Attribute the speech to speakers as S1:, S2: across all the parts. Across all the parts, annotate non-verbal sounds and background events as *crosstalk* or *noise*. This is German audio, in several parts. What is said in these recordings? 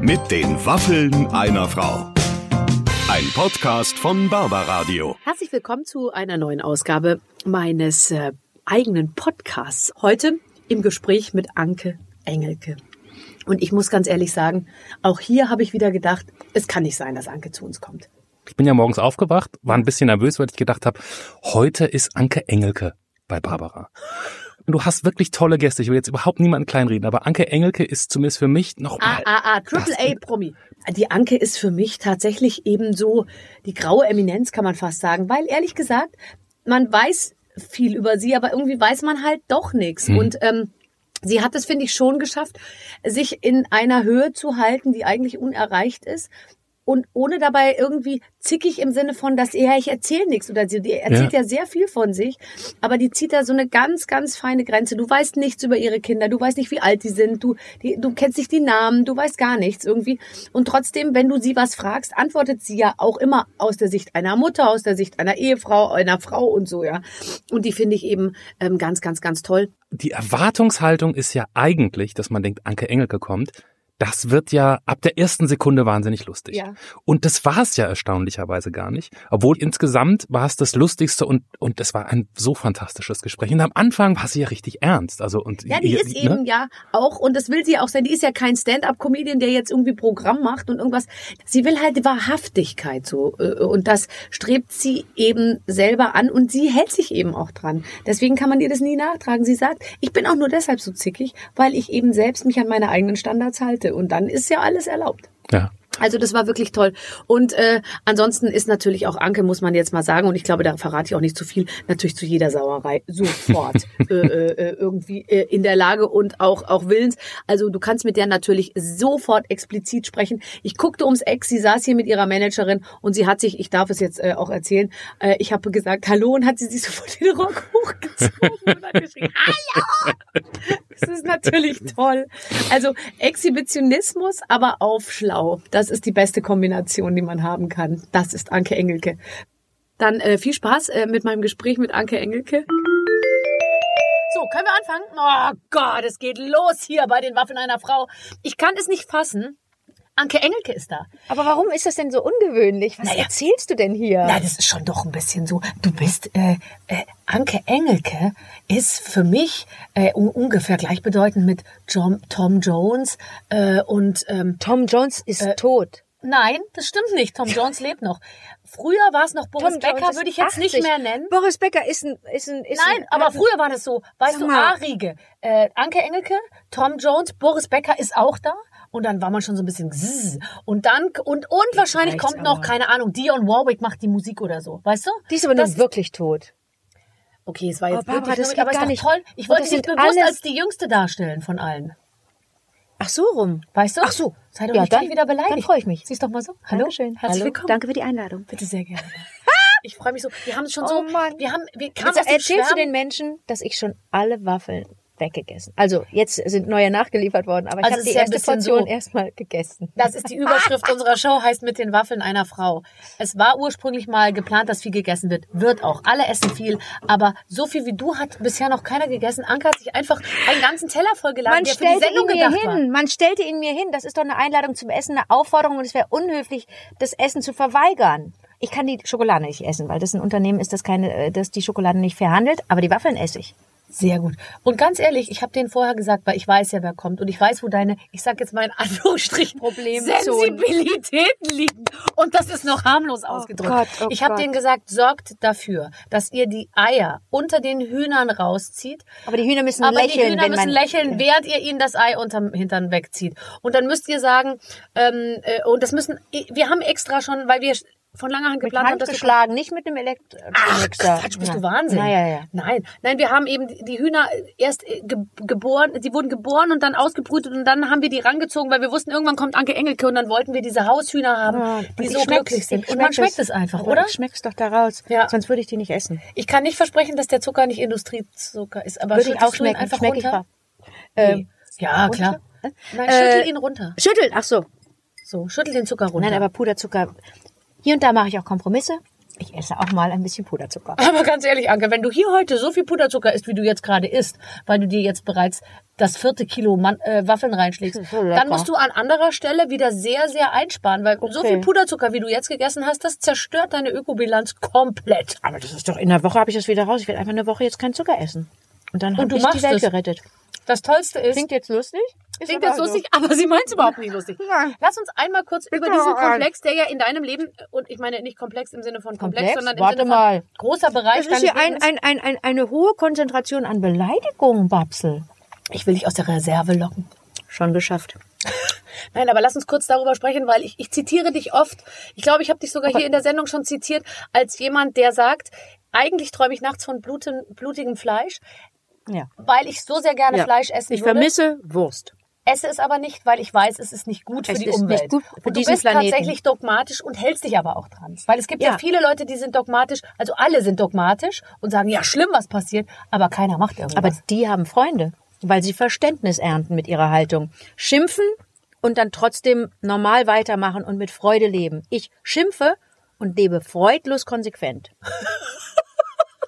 S1: Mit den Waffeln einer Frau. Ein Podcast von Barbaradio.
S2: Herzlich willkommen zu einer neuen Ausgabe meines äh, eigenen Podcasts. Heute im Gespräch mit Anke Engelke. Und ich muss ganz ehrlich sagen, auch hier habe ich wieder gedacht, es kann nicht sein, dass Anke zu uns kommt.
S3: Ich bin ja morgens aufgewacht, war ein bisschen nervös, weil ich gedacht habe, heute ist Anke Engelke bei Barbara. Und du hast wirklich tolle Gäste. Ich will jetzt überhaupt niemanden kleinreden, aber Anke Engelke ist zumindest für mich noch
S2: Ah,
S3: mal
S2: ah, ah, Triple A Promi. Die Anke ist für mich tatsächlich eben so die graue Eminenz, kann man fast sagen. Weil ehrlich gesagt, man weiß viel über sie, aber irgendwie weiß man halt doch nichts. Und ähm, sie hat es, finde ich, schon geschafft, sich in einer Höhe zu halten, die eigentlich unerreicht ist. Und ohne dabei irgendwie zickig im Sinne von, dass er, ich erzähle nichts oder sie, die erzählt ja.
S3: Ja.
S2: sehr viel von sich, aber die zieht da so eine ganz, ganz feine Grenze. Du weißt nichts über ihre Kinder, du weißt nicht, wie alt die sind, du, die, du kennst nicht die Namen, du weißt gar nichts irgendwie. Und trotzdem, wenn du sie was fragst, antwortet sie ja auch immer aus der Sicht einer Mutter, aus der Sicht einer Ehefrau, einer Frau und so, ja. Und die finde ich eben ähm, ganz, ganz, ganz toll.
S3: die Erwartungshaltung ist ja eigentlich, dass man denkt, Anke Engelke kommt. Das wird ja ab der ersten Sekunde wahnsinnig lustig.
S2: Ja.
S3: Und das war es ja erstaunlicherweise gar nicht. Obwohl insgesamt war es das Lustigste und und es war ein so fantastisches Gespräch. Und am Anfang war sie ja richtig ernst. Also und
S2: Ja, die
S3: ihr-
S2: ist eben ja auch, und das will sie auch sein, die ist ja kein Stand-up-Comedian, der jetzt irgendwie Programm macht und irgendwas. Sie will halt Wahrhaftigkeit so. äh, Und das strebt sie eben selber an und sie hält sich eben auch dran. Deswegen kann man ihr das nie nachtragen. Sie sagt, ich bin auch nur deshalb so zickig, weil ich eben selbst mich an meine eigenen Standards halte. Und dann ist ja alles erlaubt.
S3: Ja.
S2: Also das war wirklich toll. Und äh, ansonsten ist natürlich auch Anke, muss man jetzt mal sagen, und ich glaube, da verrate ich auch nicht zu viel, natürlich zu jeder Sauerei sofort äh, äh, irgendwie äh, in der Lage und auch, auch willens. Also du kannst mit der natürlich sofort explizit sprechen. Ich guckte ums Eck, sie saß hier mit ihrer Managerin und sie hat sich, ich darf es jetzt äh, auch erzählen, äh, ich habe gesagt, hallo und hat sie sich sofort den Rock hochgezogen und hat geschrien, das ist natürlich toll. Also Exhibitionismus, aber auf schlau. Das ist die beste Kombination, die man haben kann. Das ist Anke Engelke. Dann äh, viel Spaß äh, mit meinem Gespräch mit Anke Engelke. So, können wir anfangen? Oh Gott, es geht los hier bei den Waffen einer Frau. Ich kann es nicht fassen. Anke Engelke ist da.
S4: Aber warum ist das denn so ungewöhnlich? Was
S2: Naja.
S4: erzählst du denn hier?
S2: Na, das ist schon doch ein bisschen so. Du bist, äh, äh, Anke Engelke ist für mich äh, un ungefähr gleichbedeutend mit John, Tom Jones äh, und ähm,
S4: Tom Jones ist tot.
S2: Nein, das stimmt nicht. Tom
S4: *laughs*
S2: Jones lebt noch. Früher war es noch Boris
S4: Tom
S2: Becker,
S4: Jones
S2: würde ich
S4: ist
S2: jetzt nicht
S4: 80.
S2: mehr nennen.
S4: Boris Becker ist ein... Ist ein ist
S2: Nein,
S4: ein,
S2: aber früher war das so. Weißt
S4: Sag
S2: du,
S4: mal.
S2: A-Riege. Äh, Anke Engelke, Tom Jones, Boris Becker ist auch da. Und dann war man schon so ein bisschen zzz. Und dann, und, und wahrscheinlich kommt noch, keine Ahnung, Dion Warwick macht die Musik oder so. Weißt du?
S4: Die ist aber
S2: das,
S4: nun wirklich tot.
S2: Okay, es war
S4: Oh,
S2: jetzt
S4: Barbara,
S2: wirklich
S4: das
S2: nur-
S4: geht
S2: aber ist
S4: gar
S2: doch
S4: nicht.
S2: toll. Ich
S4: Und
S2: wollte
S4: das
S2: dich
S4: sind
S2: bewusst
S4: alles-
S2: als die Jüngste darstellen von allen.
S4: Ach so rum.
S2: Weißt du?
S4: Ach so.
S2: Sei doch
S4: Ja,
S2: nicht
S4: dann-
S2: gleich wieder beleidigt.
S4: dann freue ich mich.
S2: Siehst doch mal so. Hallo.
S4: Dankeschön.
S2: Herzlich
S4: Hallo.
S2: willkommen.
S5: Danke für die Einladung.
S2: Bitte sehr
S4: *laughs*
S2: gerne. Ich freue mich so. Wir haben es schon
S4: Oh
S2: so.
S4: Mann.
S2: Wir haben, wir kamen
S4: Jetzt
S2: aus dem
S4: erzählst du
S2: Schwärmen.
S4: den Menschen, dass ich schon alle Waffeln weggegessen. Also jetzt sind neue nachgeliefert worden, aber ich
S2: Also es
S4: habe die
S2: ist ja ein
S4: erste
S2: bisschen
S4: Portion
S2: so.
S4: erstmal gegessen.
S2: Das ist die
S4: *laughs*
S2: Überschrift unserer Show, heißt mit den Waffeln einer Frau. Es war ursprünglich mal geplant, dass viel gegessen wird. Wird auch. Alle essen viel. Aber so viel wie du hat bisher noch keiner gegessen. Anke hat sich einfach einen ganzen Teller vollgeladen,
S4: Man
S2: der für die
S4: stellte ihn
S2: Sendung
S4: mir
S2: gedacht war.
S4: hin. Man stellte ihn mir hin. Das ist doch eine Einladung zum Essen, eine Aufforderung und es wäre unhöflich, das Essen zu verweigern. Ich kann die Schokolade nicht essen, weil das ein Unternehmen ist, das keine, äh, das die Schokolade nicht verhandelt, aber die Waffeln esse ich.
S2: Sehr gut. Und ganz ehrlich, ich habe denen vorher gesagt, weil ich weiß ja, wer kommt und ich weiß, wo deine, ich sag jetzt mal in *laughs* Anführungsstrichen,
S4: Problemzonen.
S2: Sensibilitäten liegen. Und das ist noch harmlos ausgedrückt.
S4: Gott, oh
S2: ich habe
S4: Gott.
S2: denen gesagt, sorgt dafür, dass ihr die Eier unter den Hühnern rauszieht.
S4: Aber die Hühner müssen
S2: Aber
S4: lächeln,
S2: die Hühner
S4: wenn man
S2: müssen lächeln, während ihr ihnen das Ei unterm Hintern wegzieht. Und dann müsst ihr sagen, ähm, äh, und das müssen, wir haben extra schon, weil wir von langer Hand
S4: mit
S2: geplant haben,
S4: Hand
S2: dass wir
S4: geschlagen, nicht mit einem Elekt-
S2: Ach,
S4: Mixer.
S2: Quatsch, bist
S4: Ja.
S2: du Wahnsinn.
S4: Ja, ja, ja.
S2: Nein, nein, wir haben eben die- die Hühner erst äh, ge geboren, die wurden geboren und dann ausgebrütet und dann haben wir die rangezogen, weil wir wussten, irgendwann kommt Anke Engelke und dann wollten wir diese Haushühner haben,
S4: Ja,
S2: die
S4: ich
S2: so
S4: schmeck's,
S2: glücklich
S4: ich
S2: sind. Und man
S4: schmeck
S2: schmeckt es einfach,
S4: Aber
S2: oder?
S4: Ich schmeck's doch daraus.
S2: Ja.
S4: Sonst würde ich die nicht essen.
S2: Ich kann nicht versprechen, dass der Zucker nicht Industriezucker ist, aber
S4: Würde ich
S2: schüttelst
S4: auch
S2: du ihn
S4: schmecken.
S2: einfach
S4: Schmeck ich
S2: runter?
S4: wahr.
S2: Nee. Ja, klar. Nein,
S4: Ähm, Äh,
S2: schüttel ihn runter.
S4: Schütteln, ach so.
S2: So, schüttel den Zucker runter.
S4: Nein, aber Puderzucker. Hier und da mache ich auch Kompromisse. Ich esse auch mal ein bisschen Puderzucker.
S2: Aber ganz ehrlich, Anke, wenn du hier heute so viel Puderzucker isst, wie du jetzt gerade isst, weil du dir jetzt bereits das vierte Kilo Man äh, Waffeln reinschlägst,
S4: so lecker.
S2: dann musst du an anderer Stelle wieder sehr, sehr einsparen, weil so
S4: Okay.
S2: viel Puderzucker, wie du jetzt gegessen hast, das zerstört deine Ökobilanz komplett.
S4: Aber das ist doch, in der Woche habe ich das wieder raus. Ich werde einfach eine Woche jetzt keinen Zucker essen. Und dann
S2: Und
S4: habe
S2: du
S4: ich die
S2: machst
S4: Welt
S2: es.
S4: gerettet.
S2: Das Tollste ist,
S4: Klingt jetzt lustig? Ist
S2: Klingt
S4: aber
S2: jetzt
S4: so.
S2: lustig, aber sie meint es überhaupt nicht lustig.
S4: *laughs* Nein.
S2: Lass uns einmal kurz über
S4: Bitte,
S2: diesen
S4: Ann.
S2: Komplex, der ja in deinem Leben, und ich meine nicht komplex im Sinne von komplex,
S4: Komplex?
S2: sondern im
S4: Warte
S2: Sinne
S4: mal.
S2: von großer Bereich.
S4: Das Also ist hier
S2: deines
S4: ein,
S2: Lebens.
S4: ein, ein, ein, eine hohe Konzentration an Beleidigungen, Babsel.
S2: ich will dich aus der Reserve locken.
S4: Schon geschafft.
S2: Nein, aber lass uns kurz darüber sprechen, weil ich, ich zitiere dich oft. Ich glaube, ich habe dich sogar hier in der Sendung schon zitiert, als jemand, der sagt, eigentlich träume ich nachts von blutem, blutigem Fleisch,
S4: Ja.
S2: weil ich so sehr gerne Fleisch essen
S4: Ich
S2: würde.
S4: vermisse Wurst.
S2: esse es aber nicht, weil ich weiß, es ist nicht gut für
S4: Es
S2: die
S4: ist
S2: Umwelt.
S4: nicht gut für
S2: und du
S4: diesen
S2: bist
S4: Planeten.
S2: tatsächlich dogmatisch und hältst dich aber auch dran. Weil es gibt ja.
S4: Ja.
S2: viele Leute, die sind dogmatisch, also alle sind dogmatisch und sagen, ja, schlimm, was passiert, aber keiner macht irgendwas.
S4: Aber die haben Freunde, weil sie Verständnis ernten mit ihrer Haltung. Schimpfen und dann trotzdem normal weitermachen und mit Freude leben. Ich schimpfe und lebe
S2: *laughs*
S4: freudlos konsequent.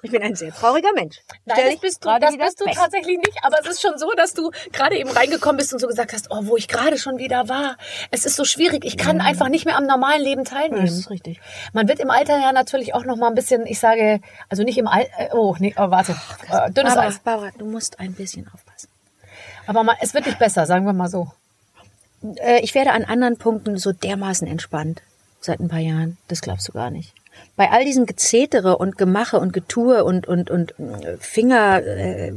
S4: Ich bin ein sehr trauriger Mensch.
S2: Nein,
S4: Stell
S2: das
S4: ich
S2: bist du,
S4: gerade
S2: das
S4: wieder
S2: bist du
S4: fest.
S2: tatsächlich nicht. Aber es ist schon so, dass du gerade eben reingekommen bist und so gesagt hast, oh, wo ich gerade schon wieder war. Es ist so schwierig. Ich kann einfach nicht mehr am normalen Leben teilnehmen.
S4: Mhm. Das ist richtig.
S2: Man wird im Alter ja natürlich auch noch mal ein bisschen, ich sage, also nicht im Alter, oh, nee, oh, warte, äh, dünnes
S4: Barbara,
S2: Eis.
S4: Barbara, du musst ein bisschen aufpassen.
S2: Aber mal, es wird nicht besser, sagen wir mal so.
S4: Äh, ich werde an anderen Punkten so dermaßen entspannt seit ein paar Jahren. Das glaubst du gar nicht. Bei all diesen Gezetere und Gemache und Getue und, und, und äh, Finger äh,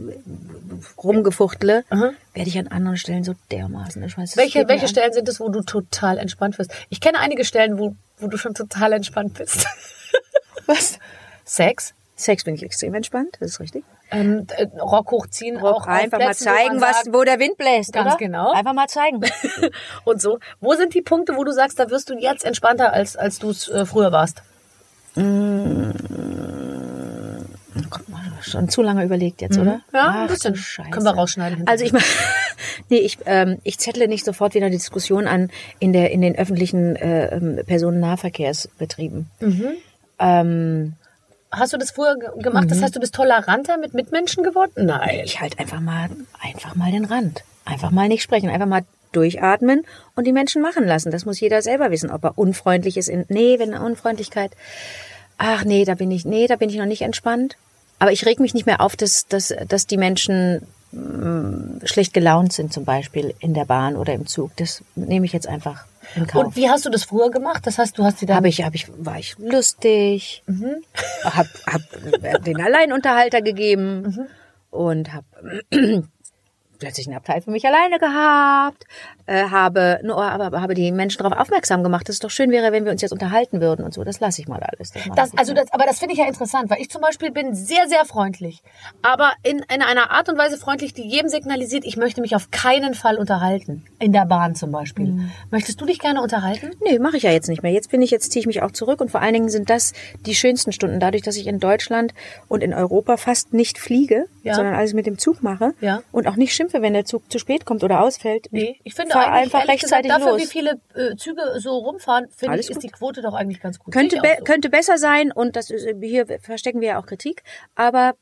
S4: rumgefuchtle, werde ich an anderen Stellen so dermaßen entspannt. Das
S2: Welche,
S4: steht mir
S2: welche
S4: an.
S2: Stellen sind es, wo du total entspannt wirst? Ich kenne einige Stellen, wo, wo du schon total entspannt bist.
S4: Was?
S2: *laughs* Sex,
S4: Sex bin ich extrem entspannt, das ist richtig.
S2: ähm, äh, Rock hochziehen, auch
S4: Auch
S2: auf
S4: einfach mal
S2: Plätzen, wo man
S4: zeigen, was,
S2: sagt-
S4: wo der Wind bläst,
S2: Ganz
S4: oder?
S2: genau.
S4: Einfach mal zeigen.
S2: *laughs* und so. Wo sind die Punkte, wo du sagst, da wirst du jetzt entspannter, als, als du es äh, früher warst?
S4: Guck mal, schon zu lange überlegt jetzt, oder?
S2: Mhm. Ja, ein
S4: Ach,
S2: bisschen.
S4: du Scheiße.
S2: Können wir rausschneiden.
S4: Also ich mach- *laughs* nee, ich, ähm, ich zettle nicht sofort wieder die Diskussion an in der in den öffentlichen äh, ähm, Personennahverkehrsbetrieben.
S2: Mhm.
S4: Ähm,
S2: Hast du das früher ge- gemacht?
S4: Mhm.
S2: Das heißt, du bist toleranter mit Mitmenschen geworden? Nein.
S4: ich halt einfach mal einfach mal den Rand, einfach mal nicht sprechen, einfach mal durchatmen und die Menschen machen lassen. Das muss jeder selber wissen, ob er unfreundlich ist. In, nee, wenn Unfreundlichkeit. Ach nee, da bin ich nee, da bin ich noch nicht entspannt. Aber ich reg mich nicht mehr auf, dass dass dass die Menschen mm, schlecht gelaunt sind, zum Beispiel in der Bahn oder im Zug. Das nehme ich jetzt einfach in Kauf.
S2: Und wie hast du das früher gemacht? Das heißt, du hast dir da
S4: Habe ich, habe ich, war ich lustig,
S2: Mhm.
S4: hab, hab den Alleinunterhalter gegeben
S2: Mhm.
S4: und hab *clears throat* plötzlich einen Abteil für mich alleine gehabt, äh, habe, nur, aber, aber habe die Menschen darauf aufmerksam gemacht, dass es doch schön wäre, wenn wir uns jetzt unterhalten würden und so. Das lasse ich mal alles. Das mache
S2: Das,
S4: ich
S2: also
S4: nicht.
S2: das, aber das finde ich ja interessant, weil ich zum Beispiel bin sehr, sehr freundlich. Aber in, in einer Art und Weise freundlich, die jedem signalisiert, ich möchte mich auf keinen Fall unterhalten. In der Bahn zum Beispiel. Möchtest du dich gerne unterhalten?
S4: Nee, mache Mhm. ich ja jetzt nicht mehr. Jetzt bin ich, jetzt ziehe ich mich auch zurück und vor allen Dingen sind das die schönsten Stunden. Dadurch, dass ich in Deutschland und in Europa fast nicht fliege,
S2: Ja.
S4: sondern alles mit dem Zug mache
S2: Ja.
S4: und auch nicht schimpfe, wenn der Zug zu spät kommt oder ausfällt.
S2: ich finde
S4: fahr
S2: eigentlich,
S4: einfach
S2: ehrlich gesagt,
S4: rechtzeitig
S2: dafür,
S4: los.
S2: wie viele äh, Züge so rumfahren, finde
S4: Alles
S2: ich, ist
S4: gut.
S2: die Quote doch eigentlich ganz gut. Sehe
S4: könnte,
S2: ich
S4: be
S2: auch so.
S4: könnte besser sein und das ist, hier verstecken wir ja auch Kritik, aber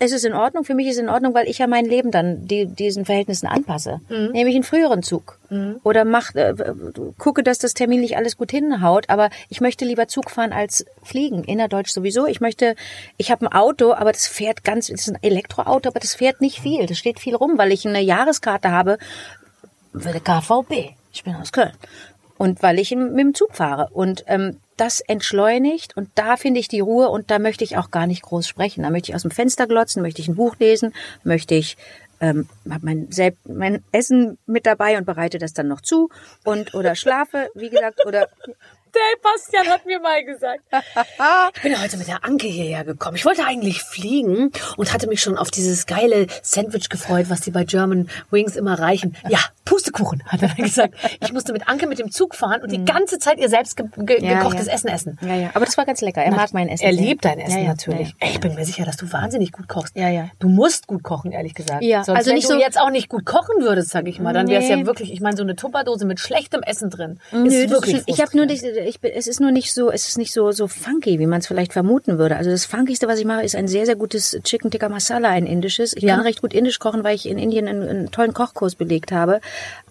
S4: es ist in Ordnung, für mich ist es in Ordnung, weil ich ja mein Leben dann die, diesen Verhältnissen anpasse.
S2: Mhm.
S4: Nehme ich einen früheren Zug oder mach, äh, gucke, dass das terminlich alles gut hinhaut, aber ich möchte lieber Zug fahren als fliegen, innerdeutsch sowieso. Ich möchte, ich habe ein Auto, aber das fährt ganz, das ist ein Elektroauto, aber das fährt
S2: Mhm.
S4: nicht viel, das steht viel rum, weil ich eine Jahreskarte habe weil der KVB. Ich bin aus Köln. Und weil ich im- mit dem Zug fahre. Und ähm, das entschleunigt und da finde ich die Ruhe und da möchte ich auch gar nicht groß sprechen. Da möchte ich aus dem Fenster glotzen, möchte ich ein Buch lesen, möchte ich ähm, habe mein, selb- mein Essen mit dabei und bereite das dann noch zu und oder schlafe, wie gesagt, oder
S2: Der Bastian hat mir mal gesagt. Ich bin ja heute mit der Anke hierher gekommen. Ich wollte eigentlich fliegen und hatte mich schon auf dieses geile Sandwich gefreut, was die bei German Wings immer reichen. Ja, Pustekuchen, hat er dann gesagt. Ich musste mit Anke mit dem Zug fahren und die ganze Zeit ihr selbst ge ge
S4: Mhm. Ja,
S2: gekochtes
S4: ja.
S2: Essen essen.
S4: *laughs* ja, ja. Aber das war ganz lecker. Er mag mein Essen.
S2: Er
S4: sehr.
S2: liebt dein Essen
S4: ja, ja,
S2: natürlich.
S4: Ja,
S2: Ey, Ich bin mir sicher, dass du wahnsinnig gut kochst.
S4: Ja, ja.
S2: Du musst gut kochen, ehrlich gesagt.
S4: Ja,
S2: Sonst,
S4: also
S2: wenn
S4: nicht
S2: du
S4: so-
S2: jetzt auch nicht gut kochen würdest, sag ich mal, dann wäre es ja
S4: Nee.
S2: wirklich, ich meine, so eine Tupperdose mit schlechtem Essen drin
S4: ja. Nö,
S2: ist
S4: das ist
S2: wirklich
S4: schon, ich habe nur
S2: frustrierend.
S4: nicht, ich bin, es ist nur nicht so, es ist nicht so, so funky, wie man es vielleicht vermuten würde. Also das Funkigste, was ich mache, ist ein sehr, sehr gutes Chicken Tikka Masala, ein indisches. Ich
S2: Ja.
S4: kann recht gut indisch kochen, weil ich in Indien einen, einen tollen Kochkurs belegt habe.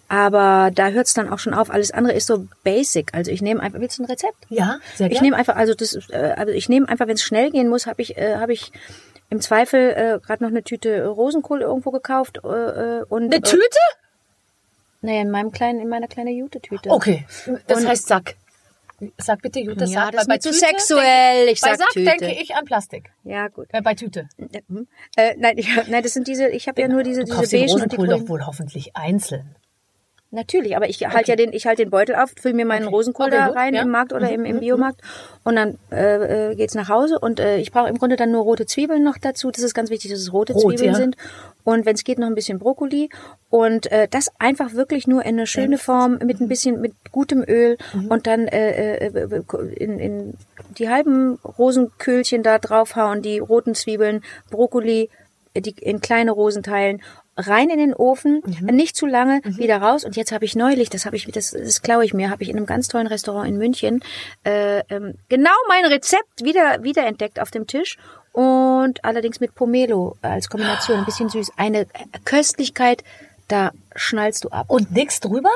S4: Aber da hört es dann auch schon auf. Alles andere ist so basic. Also ich nehme einfach, willst du ein Rezept?
S2: Ja, sehr
S4: Ich
S2: gerne.
S4: nehme einfach, also das, äh, also ich nehme einfach, wenn es schnell gehen muss, habe ich, äh, habe ich im Zweifel äh, gerade noch eine Tüte Rosenkohl irgendwo gekauft äh, äh, und
S2: Eine Tüte?
S4: Äh, naja, in meinem kleinen, in meiner kleinen Jute-Tüte.
S2: Okay, äh, das
S4: Und-
S2: heißt Sack. Sag bitte Jutta
S4: Ja,
S2: Sack.
S4: das ist
S2: weil
S4: mir zu
S2: Tüte
S4: sexuell.
S2: denke-
S4: Ich sag
S2: bei Sack
S4: Tüte.
S2: denke ich an Plastik.
S4: Ja gut.
S2: Äh, bei Tüte.
S4: Hm? Äh, nein, ich, nein, das sind diese. Ich habe ja nur diese,
S2: Du
S4: diese
S2: kaufst den
S4: beigen und die
S2: Rosenkohl
S4: grünen.
S2: doch wohl hoffentlich einzeln.
S4: Natürlich, aber ich halte ja den, ich halte den Beutel auf, fülle mir meinen Rosenkohl
S2: Okay,
S4: da
S2: gut,
S4: rein
S2: ja. Mhm.
S4: im Markt oder im, im Biomarkt und dann äh, äh, geht's nach Hause und äh, ich brauche im Grunde dann nur rote Zwiebeln noch dazu. Das ist ganz wichtig, dass es rote
S2: Rot,
S4: Zwiebeln
S2: ja.
S4: sind und wenn es geht noch ein bisschen Brokkoli und äh, das einfach wirklich nur in eine schöne Form mit
S2: Mhm.
S4: ein bisschen mit gutem Öl und dann äh, äh, äh, in, in die halben Rosenkühlchen da draufhauen, die roten Zwiebeln, Brokkoli äh, die in kleine Rosen teilen, rein in den Ofen,
S2: Mhm.
S4: nicht zu lange, wieder raus. Und jetzt habe ich neulich, das habe ich, das, das klaue ich mir, habe ich in einem ganz tollen Restaurant in München äh, ähm, genau mein Rezept wieder wiederentdeckt auf dem Tisch und allerdings mit Pomelo als Kombination, ein bisschen süß, eine äh, Köstlichkeit. Da schnallst du ab.
S2: Und nix drüber?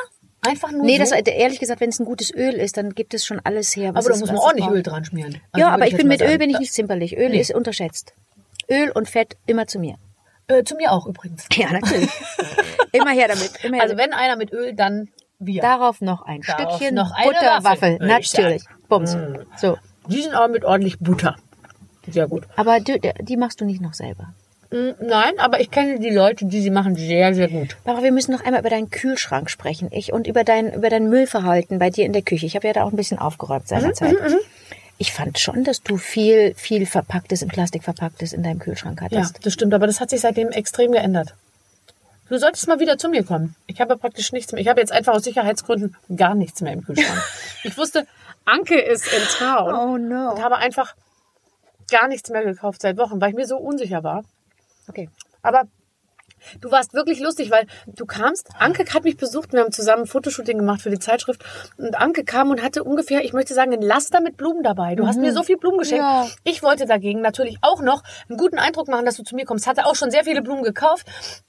S2: Einfach nur
S4: Nee,
S2: Oh, so?
S4: das äh, ehrlich gesagt, wenn es ein gutes Öl ist, dann gibt es schon alles her. was
S2: aber da
S4: es-
S2: muss
S4: was
S2: man
S4: es
S2: ordentlich
S4: braucht.
S2: Öl dran schmieren. Also
S4: Ja,
S2: würde
S4: aber
S2: ich
S4: ich bin
S2: jetzt
S4: mit
S2: mal
S4: Öl
S2: sagen.
S4: bin ich nicht zimperlich. Öl ist unterschätzt. Öl und Fett immer zu mir.
S2: Äh, zu mir auch übrigens.
S4: Ja, natürlich. *laughs* immer her damit. Immer her
S2: Also
S4: damit.
S2: wenn einer mit Öl, dann wir.
S4: Darauf noch ein
S2: Darauf
S4: Stückchen
S2: noch eine
S4: Butterwaffel.
S2: Waffel, Mm. würde ich
S4: Natürlich. Bums. So.
S2: Die sind aber mit ordentlich Butter. Sehr gut.
S4: Aber du, die machst du nicht noch selber.
S2: Mm, Nein, aber ich kenne die Leute, die sie machen, sehr, sehr gut.
S4: Barbara, wir müssen noch einmal über deinen Kühlschrank sprechen. Ich und über dein, über dein Müllverhalten bei dir in der Küche. Ich habe ja da auch ein bisschen
S2: Mhm,
S4: aufgeräumt seinerzeit. Ich fand schon, dass du viel, viel Verpacktes in Plastik verpacktes in deinem Kühlschrank
S2: Ja,
S4: hattest.
S2: das stimmt, aber das hat sich seitdem extrem geändert. Du solltest mal wieder zu mir kommen. Ich habe praktisch nichts mehr. Ich habe jetzt einfach aus Sicherheitsgründen gar nichts mehr im
S4: *laughs*
S2: Kühlschrank. ich wusste, Anke ist in Town
S4: Oh no.
S2: und habe einfach gar nichts mehr gekauft seit Wochen, weil ich mir so unsicher war.
S4: Okay.
S2: Aber du warst wirklich lustig, weil du kamst, Anke hat mich besucht, wir haben zusammen ein Fotoshooting gemacht für die Zeitschrift und Anke kam und hatte ungefähr, ich möchte sagen, ein Laster mit Blumen dabei. Du hast mir so viel Blumen geschenkt.
S4: Mhm. Ja.
S2: Ich wollte dagegen natürlich auch noch einen guten Eindruck machen, dass du zu mir kommst. Hatte auch schon sehr viele Blumen gekauft.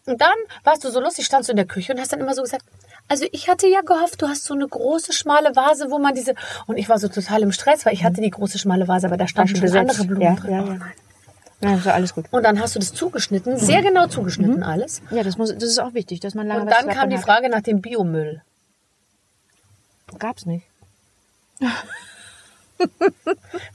S2: Und dann warst du so lustig, standst du in der Küche und hast dann immer so gesagt, also ich hatte ja gehofft, du hast so eine große, schmale Vase, wo man diese... Und ich war so total im Stress, weil ich
S4: Mhm.
S2: hatte die große, schmale Vase, aber da standen schon andere Blumen
S4: ja,
S2: drin.
S4: ja, ja. Ja, so alles gut.
S2: Und dann hast du das zugeschnitten, sehr genau zugeschnitten alles.
S4: Ja, das, muss, das ist auch wichtig, dass man Mhm. lange
S2: Und
S4: was
S2: dann kam
S4: davon
S2: die
S4: hat.
S2: Frage nach dem Biomüll.
S4: Gab's nicht.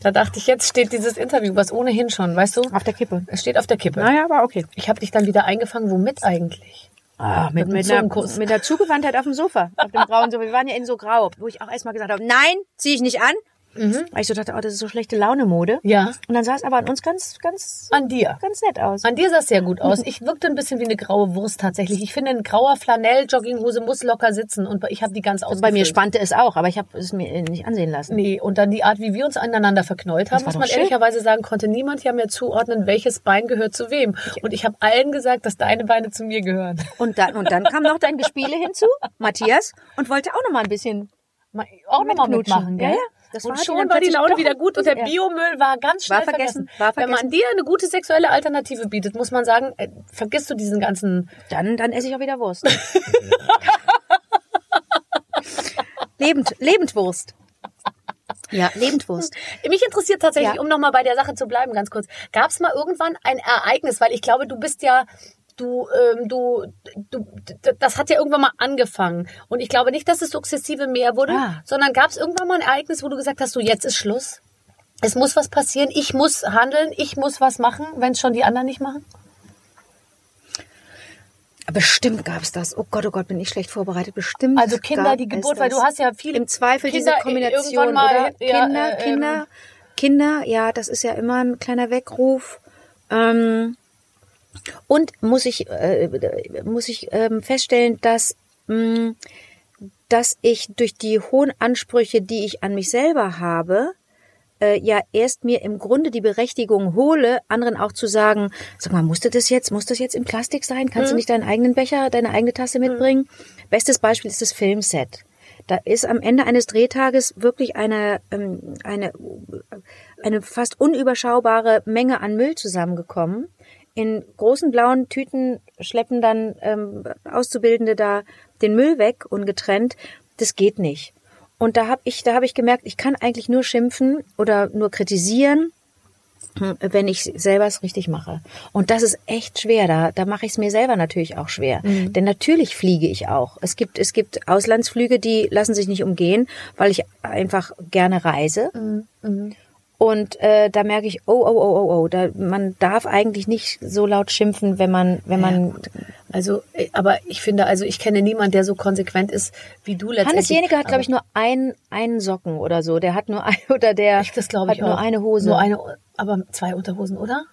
S2: Da dachte ich, jetzt steht dieses Interview, was ohnehin schon, weißt du,
S4: Auf der Kippe.
S2: es steht auf der Kippe.
S4: Naja, aber okay.
S2: Ich habe dich dann wieder eingefangen, womit eigentlich?
S4: Ah, mit,
S2: mit
S4: mit,
S2: einem
S4: einer,
S2: Zungenkuss.
S4: mit einer Zugewandtheit auf dem Sofa, auf dem grauen Sofa. Wir waren ja in so grau, wo ich auch erstmal gesagt habe, nein, ziehe ich nicht an. Weil ich so dachte, oh, das ist so schlechte Laune-Mode.
S2: Ja.
S4: Und dann sah es aber an uns ganz, ganz,
S2: An dir.
S4: ganz nett aus.
S2: An dir sah es sehr gut
S4: Mhm.
S2: aus. Ich wirkte ein bisschen wie eine graue Wurst tatsächlich. Ich finde, ein grauer Flanell-Jogginghose muss locker sitzen und ich habe die ganz ausgefüllt.
S4: Bei mir spannte es auch, aber ich habe es mir nicht ansehen lassen.
S2: Nee, und dann die Art, wie wir uns aneinander verknäut haben,
S4: war
S2: muss
S4: doch
S2: man
S4: schön.
S2: ehrlicherweise sagen, konnte niemand ja mehr zuordnen, welches Bein gehört zu wem. Und ich habe allen gesagt, dass deine Beine zu mir gehören.
S4: Und dann, und dann kam noch dein Gespiele hinzu, Matthias, und wollte auch noch mal ein bisschen.
S2: Mal- auch nochmal
S4: Mitknutschen.
S2: mitmachen, gell?
S4: Ja, ja. Das
S2: und
S4: war die
S2: schon
S4: dann
S2: war die
S4: plötzlich
S2: Laune
S4: doch-
S2: wieder gut und der
S4: Ja.
S2: Biomüll war ganz schnell
S4: War vergessen,
S2: vergessen.
S4: war
S2: Wenn man
S4: vergessen.
S2: dir eine gute sexuelle Alternative bietet, muss man sagen, äh, vergisst du diesen ganzen...
S4: Dann, dann esse ich auch wieder Wurst. *laughs* Lebend, Lebendwurst. Ja, Lebendwurst.
S2: Äh, Mich interessiert tatsächlich,
S4: Ja.
S2: um nochmal bei der Sache zu bleiben, ganz kurz, gab es mal irgendwann ein Ereignis? Weil ich glaube, du bist ja... Du, ähm, du, du, d- das hat ja irgendwann mal angefangen. Und ich glaube nicht, dass es sukzessive mehr wurde,
S4: Ah.
S2: sondern gab es irgendwann mal ein Ereignis, wo du gesagt hast, so jetzt ist Schluss. Es muss was passieren, ich muss handeln, ich muss was machen, wenn es schon die anderen nicht machen.
S4: Bestimmt gab's das. Oh Gott, oh Gott, bin ich schlecht vorbereitet. Bestimmt.
S2: Also Kinder,
S4: gab
S2: die
S4: es
S2: Geburt, weil
S4: das.
S2: du hast ja viele
S4: Im Zweifel
S2: Kinder äh,
S4: diese Kombination,
S2: irgendwann mal,
S4: oder?
S2: ja,
S4: Kinder,
S2: äh,
S4: Kinder, Kinder, ja, das ist ja immer ein kleiner Weckruf. Ähm, und muss ich, äh, muss ich ähm, feststellen, dass, mh, dass ich durch die hohen Ansprüche, die ich an mich selber habe, äh, ja erst mir im Grunde die Berechtigung hole, anderen auch zu sagen, sag mal, musste das jetzt, muss das jetzt in Plastik sein? Kannst du nicht deinen eigenen Becher, deine eigene Tasse mitbringen? Bestes Beispiel ist das Filmset. Da ist am Ende eines Drehtages wirklich eine, ähm, eine, eine fast unüberschaubare Menge an Müll zusammengekommen. In großen blauen Tüten schleppen dann ähm, Auszubildende da den Müll weg, ungetrennt. Das geht nicht. Und da habe ich, da habe ich gemerkt, ich kann eigentlich nur schimpfen oder nur kritisieren, hm, wenn ich selber es richtig mache. Und das ist echt schwer. Da, da mache ich es mir selber natürlich auch schwer. Mhm. Denn natürlich fliege ich auch. Es gibt, es gibt Auslandsflüge, die lassen sich nicht umgehen, weil ich einfach gerne reise. Mhm. Und äh, da merke ich, oh, oh, oh, oh, oh, da, man darf eigentlich nicht so laut schimpfen, wenn man, wenn man.
S2: Ja, also, aber ich finde, also ich kenne niemanden, der so konsequent ist wie du letztendlich.
S4: Hannes Jenige hat, glaube ich, nur einen, einen Socken oder so. Der hat nur ein, *laughs* oder der
S2: ich, das glaube ich
S4: hat nur
S2: auch.
S4: eine Hose.
S2: Nur eine, aber zwei Unterhosen, oder?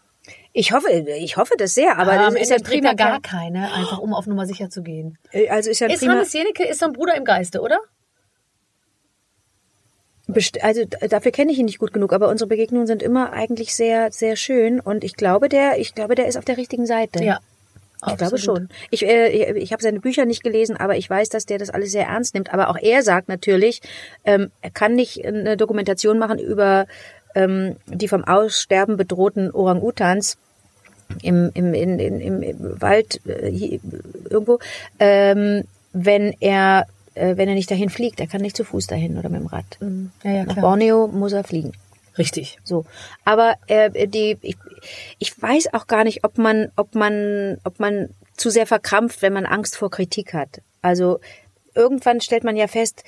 S4: Ich hoffe, ich hoffe das sehr, aber
S2: am
S4: das
S2: Ende
S4: ist ja
S2: trägt
S4: prima
S2: er gar keine, einfach um auf Nummer sicher zu gehen.
S4: kein- Also ist ja
S2: Ist
S4: prima.
S2: Hannes Jeneke ist sein Bruder im Geiste, oder?
S4: Best- Also d- dafür kenne ich ihn nicht gut genug, aber unsere Begegnungen sind immer eigentlich sehr, sehr schön und ich glaube, der, ich glaube, der ist auf der richtigen Seite. Ich glaube
S2: Absolut.
S4: schon. Ich, äh, ich, ich habe seine Bücher nicht gelesen, aber ich weiß, dass der das alles sehr ernst nimmt. Aber auch er sagt natürlich, ähm, er kann nicht eine Dokumentation machen über ähm, die vom Aussterben bedrohten Orang-Utans im, im, in, in, im, im Wald äh, hier, irgendwo, ähm, wenn er äh, wenn er nicht dahin fliegt. Er kann nicht zu Fuß dahin oder mit dem Rad.
S2: Ja, Mhm. ja,
S4: Nach
S2: klar.
S4: Borneo muss er fliegen.
S2: Richtig.
S4: So, aber äh, die, ich, ich weiß auch gar nicht, ob man, ob man, ob man zu sehr verkrampft, wenn man Angst vor Kritik hat. Also irgendwann stellt man ja fest,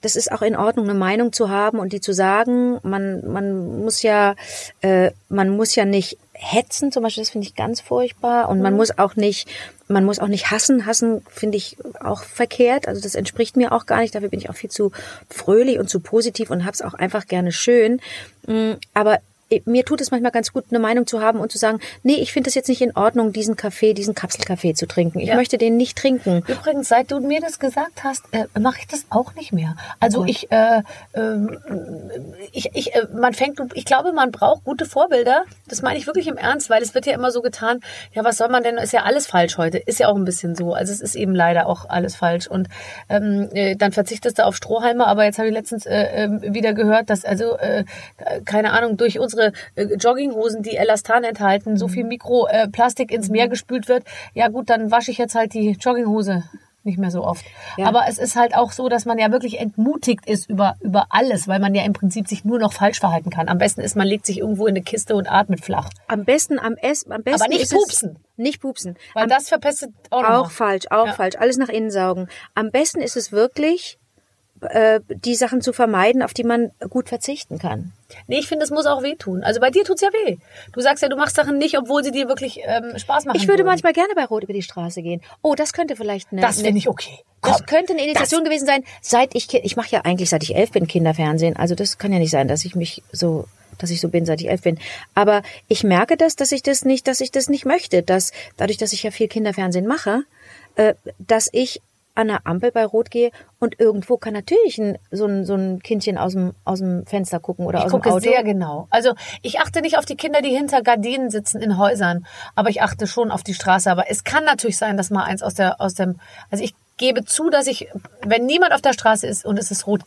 S4: das ist auch in Ordnung, eine Meinung zu haben und die zu sagen. Man, man muss ja, äh, man muss ja nicht hetzen, zum Beispiel, das finde ich ganz furchtbar. Und man muss auch nicht, man muss auch nicht hassen. Hassen finde ich auch verkehrt. Also das entspricht mir auch gar nicht. Dafür bin ich auch viel zu fröhlich und zu positiv und hab's auch einfach gerne schön. Mm, Aber eh, mir tut es manchmal ganz gut, eine Meinung zu haben und zu sagen, nee, ich finde es jetzt nicht in Ordnung, diesen Kaffee, diesen Kapselkaffee zu trinken. Ich
S2: Ja.
S4: möchte den nicht trinken.
S2: Übrigens, seit du mir das gesagt hast, äh, mache ich das auch nicht mehr. Also ich, äh, ähm, ich, ich, äh, man fängt, ich glaube, man braucht gute Vorbilder. Das meine ich wirklich im Ernst, weil es wird ja immer so getan. Ja, was soll man denn? Ist ja alles falsch heute. Ist ja auch ein bisschen so. Also es ist eben leider auch alles falsch. Und ähm, äh, dann verzichtest du auf Strohhalme. Aber jetzt habe ich letztens äh, ähm, wieder gehört, dass also äh, keine Ahnung durch unsere äh, Jogginghosen, die Elastan enthalten, so viel Mikroplastik äh, Plastik ins Meer gespült wird. Ja gut, dann wasche ich jetzt halt die Jogginghose nicht mehr so oft.
S4: Ja.
S2: Aber es ist halt auch so, dass man ja wirklich entmutigt ist über, über alles, weil man ja im Prinzip sich nur noch falsch verhalten kann. Am besten ist, man legt sich irgendwo in eine Kiste und atmet flach.
S4: Am besten am Essen, am besten.
S2: nicht
S4: ist es-
S2: pupsen.
S4: Nicht pupsen.
S2: Weil
S4: am
S2: das verpestet auch, noch
S4: Auch
S2: mal.
S4: falsch, auch
S2: Ja.
S4: falsch. Alles nach innen saugen. Am besten ist es wirklich, äh, die Sachen zu vermeiden, auf die man gut verzichten kann.
S2: Nee, ich finde, es muss auch wehtun. Also bei dir tut's ja weh. Du sagst ja, du machst Sachen nicht, obwohl sie dir wirklich ähm, Spaß machen.
S4: Ich würde
S2: würden.
S4: manchmal gerne bei Rot über die Straße gehen. Oh, das könnte vielleicht eine.
S2: Das
S4: eine-
S2: finde ich okay.
S4: Das könnte eine Initiation gewesen sein, seit ich Ki- ich mache ja eigentlich seit ich elf bin Kinderfernsehen. Also das kann ja nicht sein, dass ich mich so, dass ich so bin, seit ich elf bin. Aber ich merke das, dass ich das nicht, dass ich das nicht möchte, dass dadurch, dass ich ja viel Kinderfernsehen mache, äh, dass ich an der Ampel bei Rot gehe und irgendwo kann natürlich ein, so ein so ein Kindchen aus dem aus dem Fenster gucken oder
S2: Ich
S4: aus dem
S2: gucke
S4: Auto.
S2: sehr genau. Also ich achte nicht auf die Kinder, die hinter Gardinen sitzen in Häusern, aber ich achte schon auf die Straße. Aber es kann natürlich sein, dass mal eins aus der aus dem. Also ich gebe zu, dass ich, wenn niemand auf der Straße ist und es ist rot,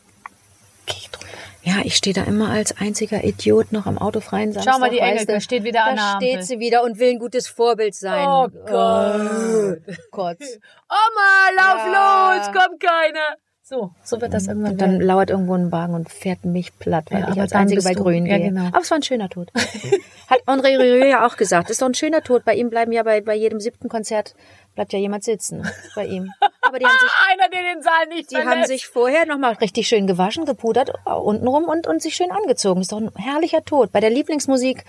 S2: gehe ich drüber.
S4: Ja, ich stehe da immer als einziger Idiot noch am autofreien Samstag.
S2: mal, die
S4: weißt
S2: Engelke
S4: du.
S2: steht wieder
S4: da
S2: an der Ampel.
S4: steht sie wieder und will ein gutes Vorbild sein.
S2: Oh Gott.
S4: Oh, Kotz.
S2: Oma, lauf
S4: Ja.
S2: los, kommt keiner. So, so wird das irgendwann.
S4: Mhm. Und dann
S2: werden.
S4: lauert irgendwo ein Wagen und fährt mich platt, weil
S2: Ja,
S4: ich
S2: aber
S4: als
S2: dann
S4: Einzige
S2: bist
S4: bei
S2: du-
S4: Grün
S2: ja,
S4: gehe.
S2: genau.
S4: Aber es war ein schöner Tod. *laughs* Hat André Rieu ja auch gesagt. Ist doch ein schöner Tod. Bei ihm bleiben ja bei, bei jedem siebten Konzert bleibt ja jemand sitzen. Bei ihm. Aber die haben
S2: *laughs*
S4: sich,
S2: einer, der den Saal nicht
S4: die haben
S2: verlässt.
S4: sich vorher nochmal richtig schön gewaschen, gepudert, äh, untenrum und, und sich schön angezogen. Ist doch ein herrlicher Tod. Bei der Lieblingsmusik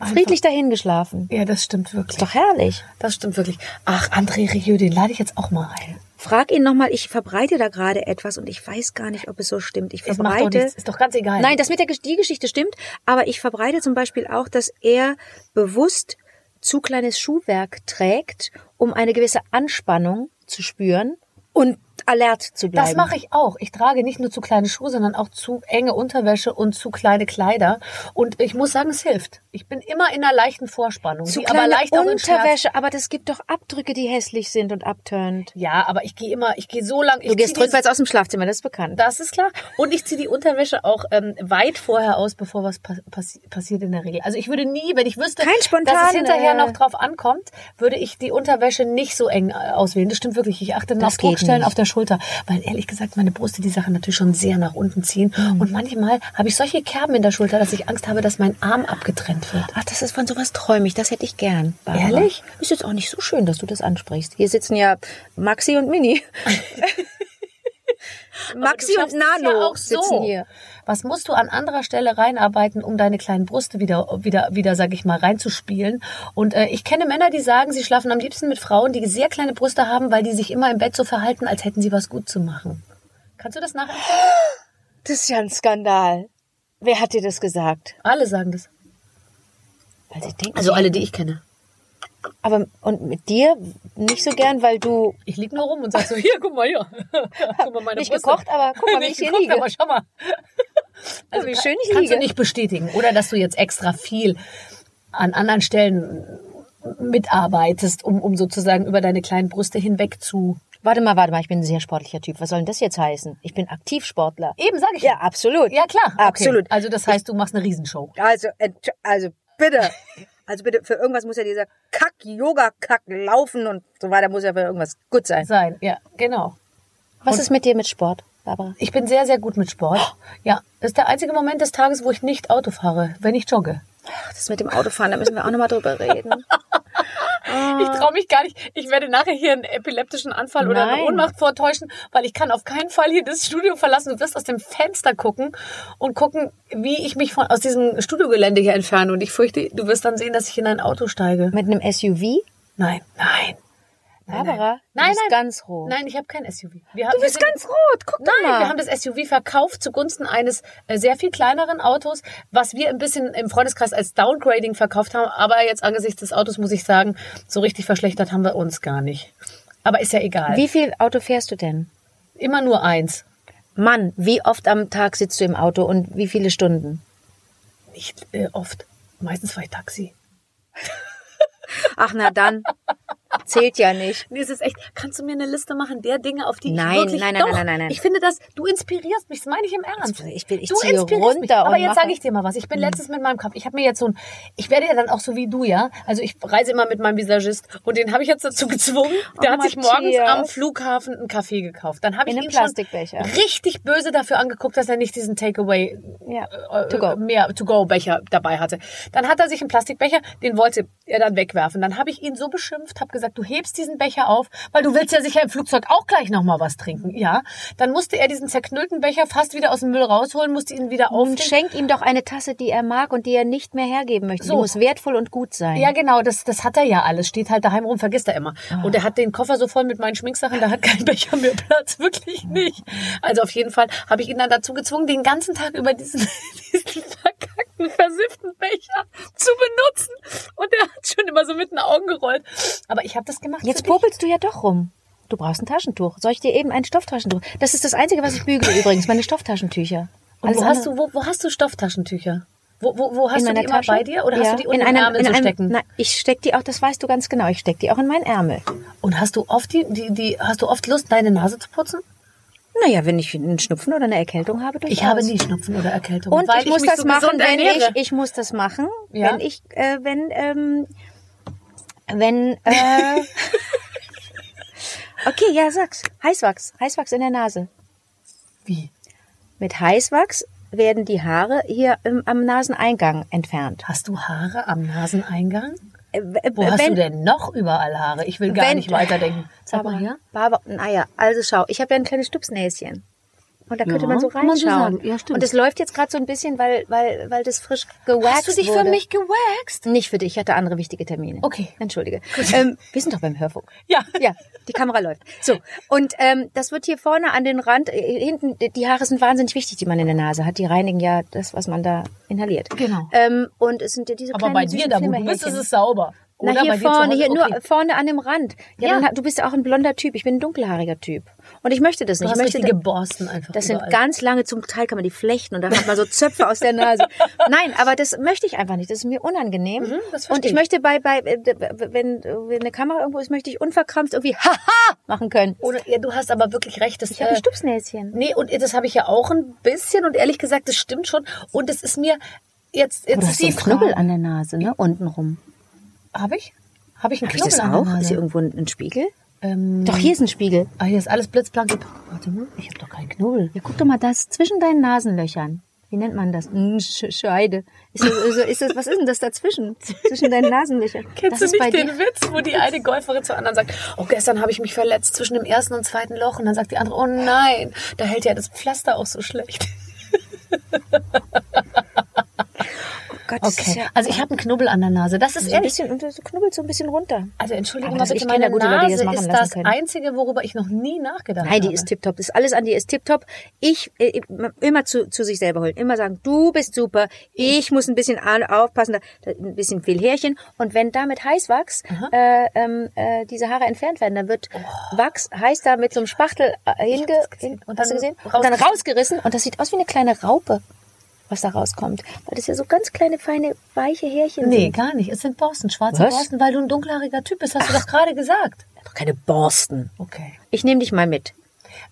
S4: friedlich dahingeschlafen.
S2: Ja, das stimmt wirklich.
S4: Ist doch herrlich.
S2: Das stimmt wirklich. Ach, André Rieu, den lade ich jetzt auch mal ein.
S4: Frag ihn nochmal, ich verbreite da gerade etwas und ich weiß gar nicht, ob es so stimmt. Ich
S2: Das macht doch
S4: verbreite.
S2: nichts. Ist doch ganz egal.
S4: Nein, das mit der Gesch- die Geschichte stimmt, aber ich verbreite zum Beispiel auch, dass er bewusst zu kleines Schuhwerk trägt, um eine gewisse Anspannung zu spüren und alert zu bleiben.
S2: Das mache ich auch. Ich trage nicht nur zu kleine Schuhe, sondern auch zu enge Unterwäsche und zu kleine Kleider. Und ich muss sagen, es hilft. Ich bin immer in einer leichten Vorspannung.
S4: Zu
S2: die
S4: kleine
S2: aber leicht auch in Schmerz-
S4: Unterwäsche, aber das gibt doch Abdrücke, die hässlich sind und abturnt.
S2: Ja, aber ich gehe immer, ich gehe so lang.
S4: Du
S2: ich zieh
S4: gehst
S2: die-
S4: rückwärts aus dem Schlafzimmer, das ist bekannt.
S2: Das ist klar. Und ich ziehe die Unterwäsche auch ähm, weit vorher aus, bevor was pas passi passiert in der Regel. Also ich würde nie, wenn ich wüsste,
S4: Kein äh,
S2: dass
S4: spontane.
S2: es hinterher noch drauf ankommt, würde ich die Unterwäsche nicht so eng äh, auswählen. Das stimmt wirklich. Ich achte dann
S4: Das
S2: auf
S4: geht
S2: Druckstellen
S4: nicht.
S2: auf der Schulter. Weil ehrlich gesagt, meine Brüste die Sachen natürlich schon sehr nach unten ziehen.
S4: Mhm.
S2: Und manchmal habe ich solche Kerben in der Schulter, dass ich Angst habe, dass mein Arm abgetrennt wird.
S4: Ach, das ist von sowas träumig, das hätte ich gern. Barbara.
S2: Ehrlich?
S4: Ist jetzt auch nicht so schön, dass du das ansprichst. Hier sitzen ja Maxi und *laughs* Mini. Maxi
S2: Aber
S4: und
S2: du schaffst es
S4: Nano
S2: ja auch so.
S4: sitzen hier.
S2: Was musst du an anderer Stelle reinarbeiten, um deine kleinen Brüste wieder, wieder, wieder, sag ich mal, reinzuspielen? Und äh, ich kenne Männer, die sagen, sie schlafen am liebsten mit Frauen, die sehr kleine Brüste haben, weil die sich immer im Bett so verhalten, als hätten sie was gut zu machen. Kannst du das nachempfinden?
S4: Das ist ja ein Skandal. Wer hat dir das gesagt?
S2: Alle sagen das.
S4: Weil sie denken,
S2: Also alle, die ich kenne.
S4: aber und mit dir nicht so gern, weil du
S2: Ich lieg nur rum und sag so, hier, guck mal hier. *laughs* Guck mal meine
S4: Nicht
S2: Brüste.
S4: gekocht, aber guck mal, wie
S2: *laughs* Nicht
S4: ich hier
S2: gekocht,
S4: liege.
S2: Aber schau mal.
S4: wie schön ich
S2: Kannst
S4: liege.
S2: du nicht bestätigen. Oder dass du jetzt extra viel an anderen Stellen mitarbeitest, um, um sozusagen über deine kleinen Brüste hinweg zu...
S4: Warte mal, warte mal, ich bin ein sehr sportlicher Typ. Was soll denn das jetzt heißen? Ich bin Aktivsportler.
S2: Eben, sag ich.
S4: Ja, absolut.
S2: ja klar. Okay.
S4: Absolut.
S2: Also das heißt, du machst eine Riesenshow.
S4: Also, entsch- also bitte. Also bitte, für irgendwas muss ja dieser Kack-Yoga-Kack laufen und so weiter, muss ja für irgendwas gut sein.
S2: Sein, ja, genau.
S4: Was ist mit dir mit Sport, Barbara?
S2: Ich bin sehr, sehr gut mit Sport. Ja, das ist der einzige Moment des Tages, wo ich nicht Auto fahre, wenn ich jogge.
S4: Ach, das mit dem Autofahren, da müssen wir auch nochmal drüber reden.
S2: Ich traue mich gar nicht. Ich werde nachher hier einen epileptischen Anfall oder eine
S4: Ah. Nein.
S2: Ohnmacht vortäuschen, weil ich kann auf keinen Fall hier das Studio verlassen. Du wirst aus dem Fenster gucken und gucken, wie ich mich von, aus diesem Studiogelände hier entferne. Und ich fürchte, du wirst dann sehen, dass ich in ein Auto steige.
S4: *laughs* Mit einem SUV?
S2: Nein, nein. nein
S4: Barbara,
S2: nein.
S4: du
S2: nein,
S4: bist
S2: nein.
S4: ganz rot.
S2: Nein, ich habe kein SUV. Wir haben,
S4: Du bist
S2: wir sind-
S4: ganz rot, guck
S2: Nein,
S4: doch mal.
S2: wir haben das SUV verkauft zugunsten eines äh, sehr viel kleineren Autos, was wir ein bisschen im Freundeskreis als Downgrading verkauft haben. Aber jetzt angesichts des Autos muss ich sagen, so richtig verschlechtert haben wir uns gar nicht. Aber ist ja egal.
S4: Wie viel Auto fährst du denn?
S2: Immer nur eins.
S4: Mann, wie oft am Tag sitzt du im Auto und wie viele Stunden?
S2: Nicht äh, oft. Meistens fahre ich Taxi.
S4: Ach, na dann. Zählt ja nicht.
S2: Nee, es ist echt. Kannst du mir eine Liste machen der Dinge, auf die
S4: Nein,
S2: ich wirklich
S4: nein, nein,
S2: Doch,
S4: nein, nein, nein.
S2: Ich finde das, du inspirierst mich, das meine ich im Ernst.
S4: Jetzt- ich will- ich
S2: du
S4: ziehe
S2: inspirierst mich.
S4: runter und
S2: Aber jetzt
S4: mache- Hm.
S2: sage ich dir mal was. Ich bin letztens mit meinem Kopf. Ich habe mir jetzt so ein, ich werde ja dann auch so wie du, ja. Also ich reise immer mit meinem Visagist und den habe ich jetzt dazu *laughs* gezwungen. Der
S4: Oh,
S2: hat sich
S4: Matthias.
S2: morgens am Flughafen einen Kaffee gekauft. Dann habe ich
S4: In
S2: ihn
S4: einem Plastikbecher.
S2: schon richtig böse dafür angeguckt, dass er nicht diesen Takeaway
S4: Ja,
S2: äh,
S4: to go.
S2: mehr To-Go-Becher dabei hatte. Dann hat er sich einen Plastikbecher, den wollte er dann wegwerfen. Dann habe ich ihn so beschimpft, habe gesagt, du hebst diesen Becher auf, weil du willst ja sicher im Flugzeug auch gleich nochmal was trinken. Ja, dann musste er diesen zerknüllten Becher fast wieder aus dem Müll rausholen, musste ihn wieder
S4: Und
S2: aufstellen.
S4: schenk ihm doch eine Tasse, die er mag und die er nicht mehr hergeben möchte.
S2: So.
S4: Die muss wertvoll und gut sein.
S2: Ja, genau, das, das hat er ja alles. Steht halt daheim rum, vergisst er immer.
S4: Ah.
S2: Und er hat den Koffer so voll mit meinen Schminksachen, da hat kein Becher mehr Platz, *laughs* wirklich nicht. Also auf jeden Fall habe ich ihn dann dazu gezwungen, den ganzen Tag über diesen, *laughs* diesen verkackten, versifften Becher zu benutzen. Und er hat schon immer so mit den Augen gerollt. Aber ich habe das gemacht.
S4: Jetzt
S2: für dich.
S4: popelst du ja doch rum. Du brauchst ein Taschentuch. Soll ich dir eben ein Stofftaschentuch? Das ist das Einzige, was ich *laughs* bügele übrigens, meine Stofftaschentücher. Also
S2: Und
S4: Alles
S2: wo hast,
S4: andere-
S2: du, wo, wo hast du Stofftaschentücher? Wo, wo, wo hast du die immer bei dir? Oder hast
S4: Ja,
S2: du die unten im Ärmel so stecken?
S4: Nein, ich steck die auch, das weißt du ganz genau, ich steck die auch in meinen Ärmel.
S2: Und hast du oft die, die, die, hast du oft Lust, deine Nase zu putzen?
S4: Naja, wenn ich einen Schnupfen oder eine Erkältung habe,
S2: Ich
S4: durchaus.
S2: habe nie Schnupfen oder Erkältung.
S4: Und
S2: weil
S4: ich muss
S2: mich
S4: das
S2: so
S4: machen,
S2: gesund
S4: wenn ich,
S2: ernähre.
S4: ich muss das machen,
S2: Ja.
S4: wenn ich, äh, wenn, ähm, wenn, *laughs* äh, okay, ja, sag's. Heißwachs, Heißwachs in der Nase.
S2: Wie?
S4: Mit Heißwachs werden die Haare hier im, am Naseneingang entfernt.
S2: Hast du Haare am Naseneingang?
S4: Äh, w-
S2: Wo
S4: wenn,
S2: hast du denn noch überall Haare? Ich will gar
S4: wenn-
S2: nicht weiterdenken. Sag mal her.
S4: Barbara, naja, also schau, ich habe ja ein kleines Stupsnäschen. Und da könnte
S2: Ja,
S4: man so
S2: kann man so
S4: reinschauen.
S2: sagen. Ja, stimmt.
S4: Und es läuft jetzt gerade so ein bisschen, weil, weil, weil das frisch
S2: Hast
S4: gewaxt
S2: du dich
S4: wurde.
S2: für mich gewaxt?
S4: Nicht für dich, ich hatte andere wichtige Termine.
S2: Okay.
S4: Entschuldige. Ähm, wir sind doch beim Hörfunk.
S2: Ja.
S4: Ja, die Kamera läuft. So, und ähm, das wird hier vorne an den Rand, äh, hinten, die- die Haare sind wahnsinnig wichtig, die man in der Nase hat. Die reinigen ja das, was man da inhaliert.
S2: Genau.
S4: Ähm, und es sind ja diese
S2: Aber
S4: kleinen,
S2: bei
S4: süßen
S2: dir, da wo du bist,
S4: Flimmerhärchen.
S2: ist es sauber.
S4: Na,
S2: Oder
S4: hier
S2: bei dir zu
S4: vorne,
S2: Hause?
S4: hier
S2: Okay.
S4: nur äh, vorne an dem Rand. Ja,
S2: Ja.
S4: Dann, du bist ja auch ein blonder Typ. Ich bin ein dunkelhaariger Typ. Und ich möchte das
S2: Du
S4: nicht.
S2: hast
S4: ich möchte
S2: richtige Borsten einfach.
S4: Das sind
S2: überall.
S4: ganz lange, zum Teil kann man die flechten und dann hat man so Zöpfe aus der *laughs* Nase. Nein, aber das möchte ich einfach nicht. Das ist mir unangenehm.
S2: das verstehe
S4: und Mhm, ich
S2: ich.
S4: möchte bei, bei äh, d- wenn, wenn eine Kamera irgendwo ist, möchte ich unverkrampft irgendwie *laughs* haha machen können.
S2: Oder, ja, du hast aber wirklich recht. Das,
S4: Ich habe ein
S2: äh,
S4: Stupsnäschen.
S2: Nee, und das habe ich ja auch ein bisschen und ehrlich gesagt, das stimmt schon. Und es ist mir jetzt, jetzt
S4: Du
S2: ist
S4: hast so
S2: die
S4: einen Knubbel
S2: Frage-
S4: an der Nase, ne? Unten rum.
S2: Habe ich? Habe ich einen
S4: Habe
S2: Knubbel
S4: ich das
S2: an der
S4: auch?
S2: Nase?
S4: Ist hier irgendwo ein, ein Spiegel?
S2: Ähm,
S4: Doch, hier ist ein Spiegel.
S2: Ah, hier ist alles blitzblank. Warte mal, ich habe doch keinen Knubbel.
S4: Ja, guck doch mal, das zwischen deinen Nasenlöchern. Wie nennt man das? Hm, Sch Scheide. Ist das, ist das- ist das, was ist denn das *laughs* dazwischen? Zwischen deinen Nasenlöchern.
S2: Kennst
S4: das
S2: du
S4: ist bei
S2: nicht den
S4: dir.
S2: Witz, wo die eine Golferin zur anderen sagt, oh, gestern habe ich mich verletzt zwischen dem ersten und zweiten Loch. Und dann sagt die andere, oh nein, da hält ja das Pflaster auch so schlecht.
S4: Oh Gott, das ist
S2: Okay,
S4: ja-
S2: also ich habe einen Knubbel an der Nase. Das ist
S4: So ein
S2: ehrlich.
S4: bisschen, und du knubbelst so ein bisschen runter.
S2: Also entschuldige
S4: Aber
S2: mal
S4: das-
S2: bitte,
S4: ich kenne
S2: meine
S4: ja gute Leute, die
S2: Nase
S4: das machen
S2: ist
S4: lassen
S2: das
S4: können.
S2: Einzige, worüber ich noch nie nachgedacht
S4: Nein,
S2: habe.
S4: die ist tipptopp. Das ist alles an dir ist tipptopp. Ich äh, immer zu, zu sich selber holen, immer sagen, du bist super. Ich muss ein bisschen an- aufpassen, da, da, ein bisschen viel Härchen. Und wenn damit Heißwachs äh, ähm, äh, diese Haare entfernt werden, dann wird Wachs heiß da mit so einem Spachtel äh, hinge hin,
S2: Und
S4: hast du
S2: dann
S4: gesehen? Und dann
S2: rausgerissen.
S4: rausgerissen und das sieht aus wie eine kleine Raupe, was da rauskommt, weil das ja so ganz kleine feine weiche Härchen
S2: Nee,
S4: sind.
S2: gar nicht. Es sind Borsten, schwarze
S4: Was?
S2: Borsten, weil du ein dunkelhaariger Typ bist, hast du doch gerade gesagt.
S4: Doch keine Borsten.
S2: Okay.
S4: Ich nehme dich mal mit.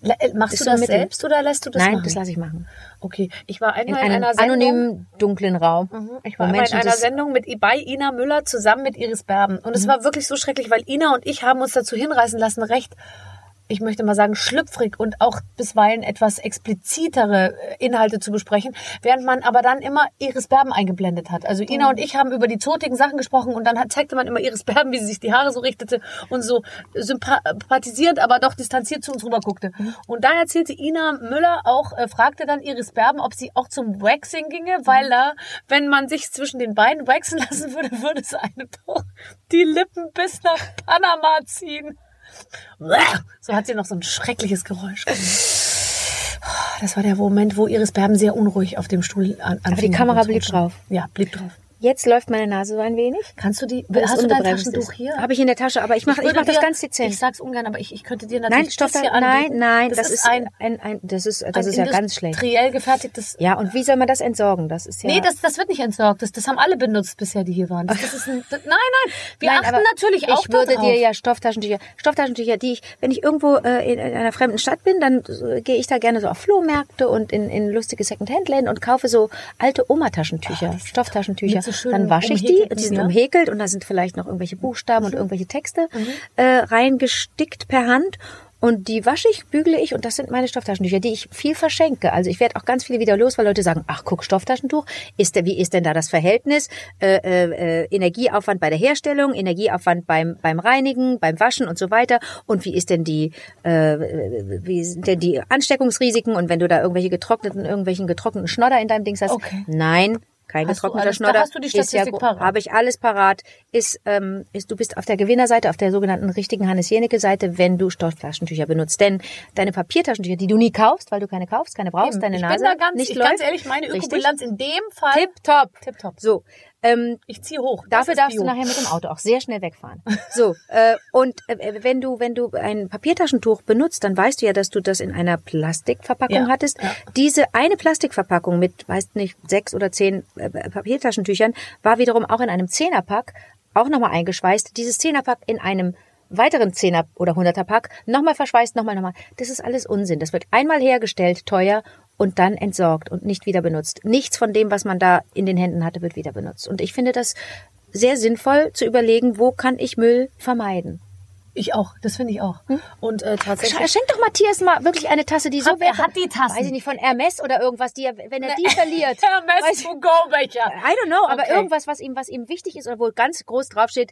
S2: Le- äh, Machst
S4: Ist
S2: du
S4: so
S2: das
S4: mittel.
S2: selbst oder lässt du das
S4: Nein,
S2: machen?
S4: das lasse ich machen.
S2: Okay, ich war
S4: In
S2: einmal in,
S4: einem
S2: einer Sendung.
S4: anonymen, dunklen Raum.
S2: Mhm. Ich war
S4: wo
S2: einmal in
S4: Menschen
S2: einer
S4: das- Mhm.
S2: Sendung mit I- bei Ina Müller zusammen mit Iris Berben. Und es war wirklich so schrecklich, weil Ina und ich haben uns dazu hinreißen lassen, recht, ich möchte mal sagen, schlüpfrig und auch bisweilen etwas explizitere äh, Inhalte zu besprechen, während man aber dann immer Iris Berben eingeblendet hat. Also Ina und ich haben über die zotigen Sachen gesprochen und dann hat, zeigte man immer Iris Berben, wie sie sich die Haare so richtete und so sympathisierend, aber doch distanziert zu uns rüberguckte. Und da erzählte Ina Müller auch, äh, fragte dann Iris Berben, ob sie auch zum Waxing ginge, weil da, wenn man sich zwischen den Beinen waxen *laughs* lassen würde, würde es einem doch die Lippen bis nach Panama ziehen. *laughs* So hat sie noch so ein schreckliches Geräusch gemacht. Oh, Das war der Moment, wo Iris Berben sehr unruhig auf dem Stuhl an anfing.
S4: die Kamera blieb
S2: rumzurutschen.
S4: drauf.
S2: Ja, blieb drauf.
S4: Jetzt läuft meine Nase so ein wenig.
S2: Kannst du die,
S4: weil es
S2: hast du dein
S4: ungebremst
S2: Taschentuch
S4: ist.
S2: hier?
S4: Habe ich in der Tasche, aber ich mache ich
S2: würde
S4: mach das
S2: dir-
S4: ganz dezent.
S2: Ich sag's ungern, aber ich, ich könnte dir natürlich
S4: nein, Stoff,
S2: das hier
S4: nein,
S2: anbieten.
S4: nein, das, ist ein, ein, ein das ist das
S2: ein
S4: ist ja ganz schlecht.
S2: industriell gefertigtes...
S4: Ja, und wie soll man das entsorgen? Das ist ja
S2: Nee, das, das wird nicht entsorgt. Das, das haben alle benutzt bisher, die hier waren. Das, das ist ein, das, nein, nein. Wir
S4: Nein, aber
S2: achten natürlich auch
S4: Ich würde
S2: darauf.
S4: dir ja Stofftaschentücher, Stofftaschentücher, die ich, wenn ich irgendwo äh, in, in einer fremden Stadt bin, dann äh, gehe ich da gerne so auf Flohmärkte und in, in lustige Secondhand-Läden und kaufe so alte Oma-Taschentücher, Stofftaschentücher.
S2: mit so schönen
S4: dann wasche ich die,
S2: umhäkelten,
S4: die sind
S2: ja?
S4: umhäkelt und da sind vielleicht noch irgendwelche Buchstaben und irgendwelche Texte äh, reingestickt per Hand. Und die wasche ich, bügle ich und das sind meine Stofftaschentücher, die ich viel verschenke. Also ich werde auch ganz viele wieder los, weil Leute sagen, ach guck, Stofftaschentuch, ist der, wie ist denn da das Verhältnis? Äh, äh, äh, Energieaufwand bei der Herstellung, Energieaufwand beim, beim Reinigen, beim Waschen und so weiter. Und wie ist denn die, äh, wie sind denn die Ansteckungsrisiken? Und wenn du da irgendwelche getrockneten, irgendwelchen getrockneten Schnodder in deinem Dings hast,
S2: Okay.
S4: nein. Kein
S2: Hast du
S4: getrockneter
S2: alles- da
S4: Schnodder.
S2: hast du die
S4: ist ja,
S2: Statistik
S4: gu-
S2: parat.
S4: Habe ich alles parat. Ist, ähm, ist, du bist auf der Gewinnerseite, auf der sogenannten richtigen Hannes-Jenecke-Seite, wenn du Stofftaschentücher benutzt. Denn deine Papiertaschentücher, die du nie kaufst, weil du keine kaufst, keine brauchst, deine
S2: ich
S4: Nase
S2: bin da ganz,
S4: nicht
S2: ich,
S4: läuft.
S2: ganz ehrlich, meine
S4: Richtig.
S2: Ökobilanz in dem Fall...
S4: Tipptopp.
S2: Tipptopp.
S4: So, ähm,
S2: Ich ziehe hoch. Das
S4: Dafür
S2: ist
S4: darfst
S2: Bio.
S4: du nachher mit dem Auto auch sehr
S2: *laughs*
S4: schnell wegfahren. So, äh, und äh, wenn du wenn du ein Papiertaschentuch benutzt, dann weißt du ja, dass du das in einer Plastikverpackung
S2: Ja,
S4: hattest.
S2: ja.
S4: Diese eine Plastikverpackung mit, weiß nicht, sechs oder zehn äh, Papiertaschentüchern war wiederum auch in einem Zehnerpack auch nochmal eingeschweißt. Dieses Zehnerpack in einem weiteren Zehner- oder Hunderterpack nochmal verschweißt, nochmal, nochmal. Das ist alles Unsinn. Das wird einmal hergestellt, teuer und dann entsorgt und nicht wieder benutzt. Nichts von dem, was man da in den Händen hatte, wird wieder benutzt. Und ich finde das sehr sinnvoll zu überlegen, wo kann ich Müll vermeiden.
S2: Ich auch, das finde ich auch.
S4: Hm?
S2: Und äh, tatsächlich...
S4: Sch- Schenk doch Matthias mal wirklich eine Tasse, die so
S2: Hab- er hat die Tassen.
S4: Weiß ich nicht, von Hermes oder irgendwas, die
S2: *laughs*
S4: er, wenn er die verliert. weiß ich-
S2: Go-Becher.
S4: I don't know, aber
S2: Okay.
S4: irgendwas, was ihm, was ihm wichtig ist oder wo ganz groß draufsteht,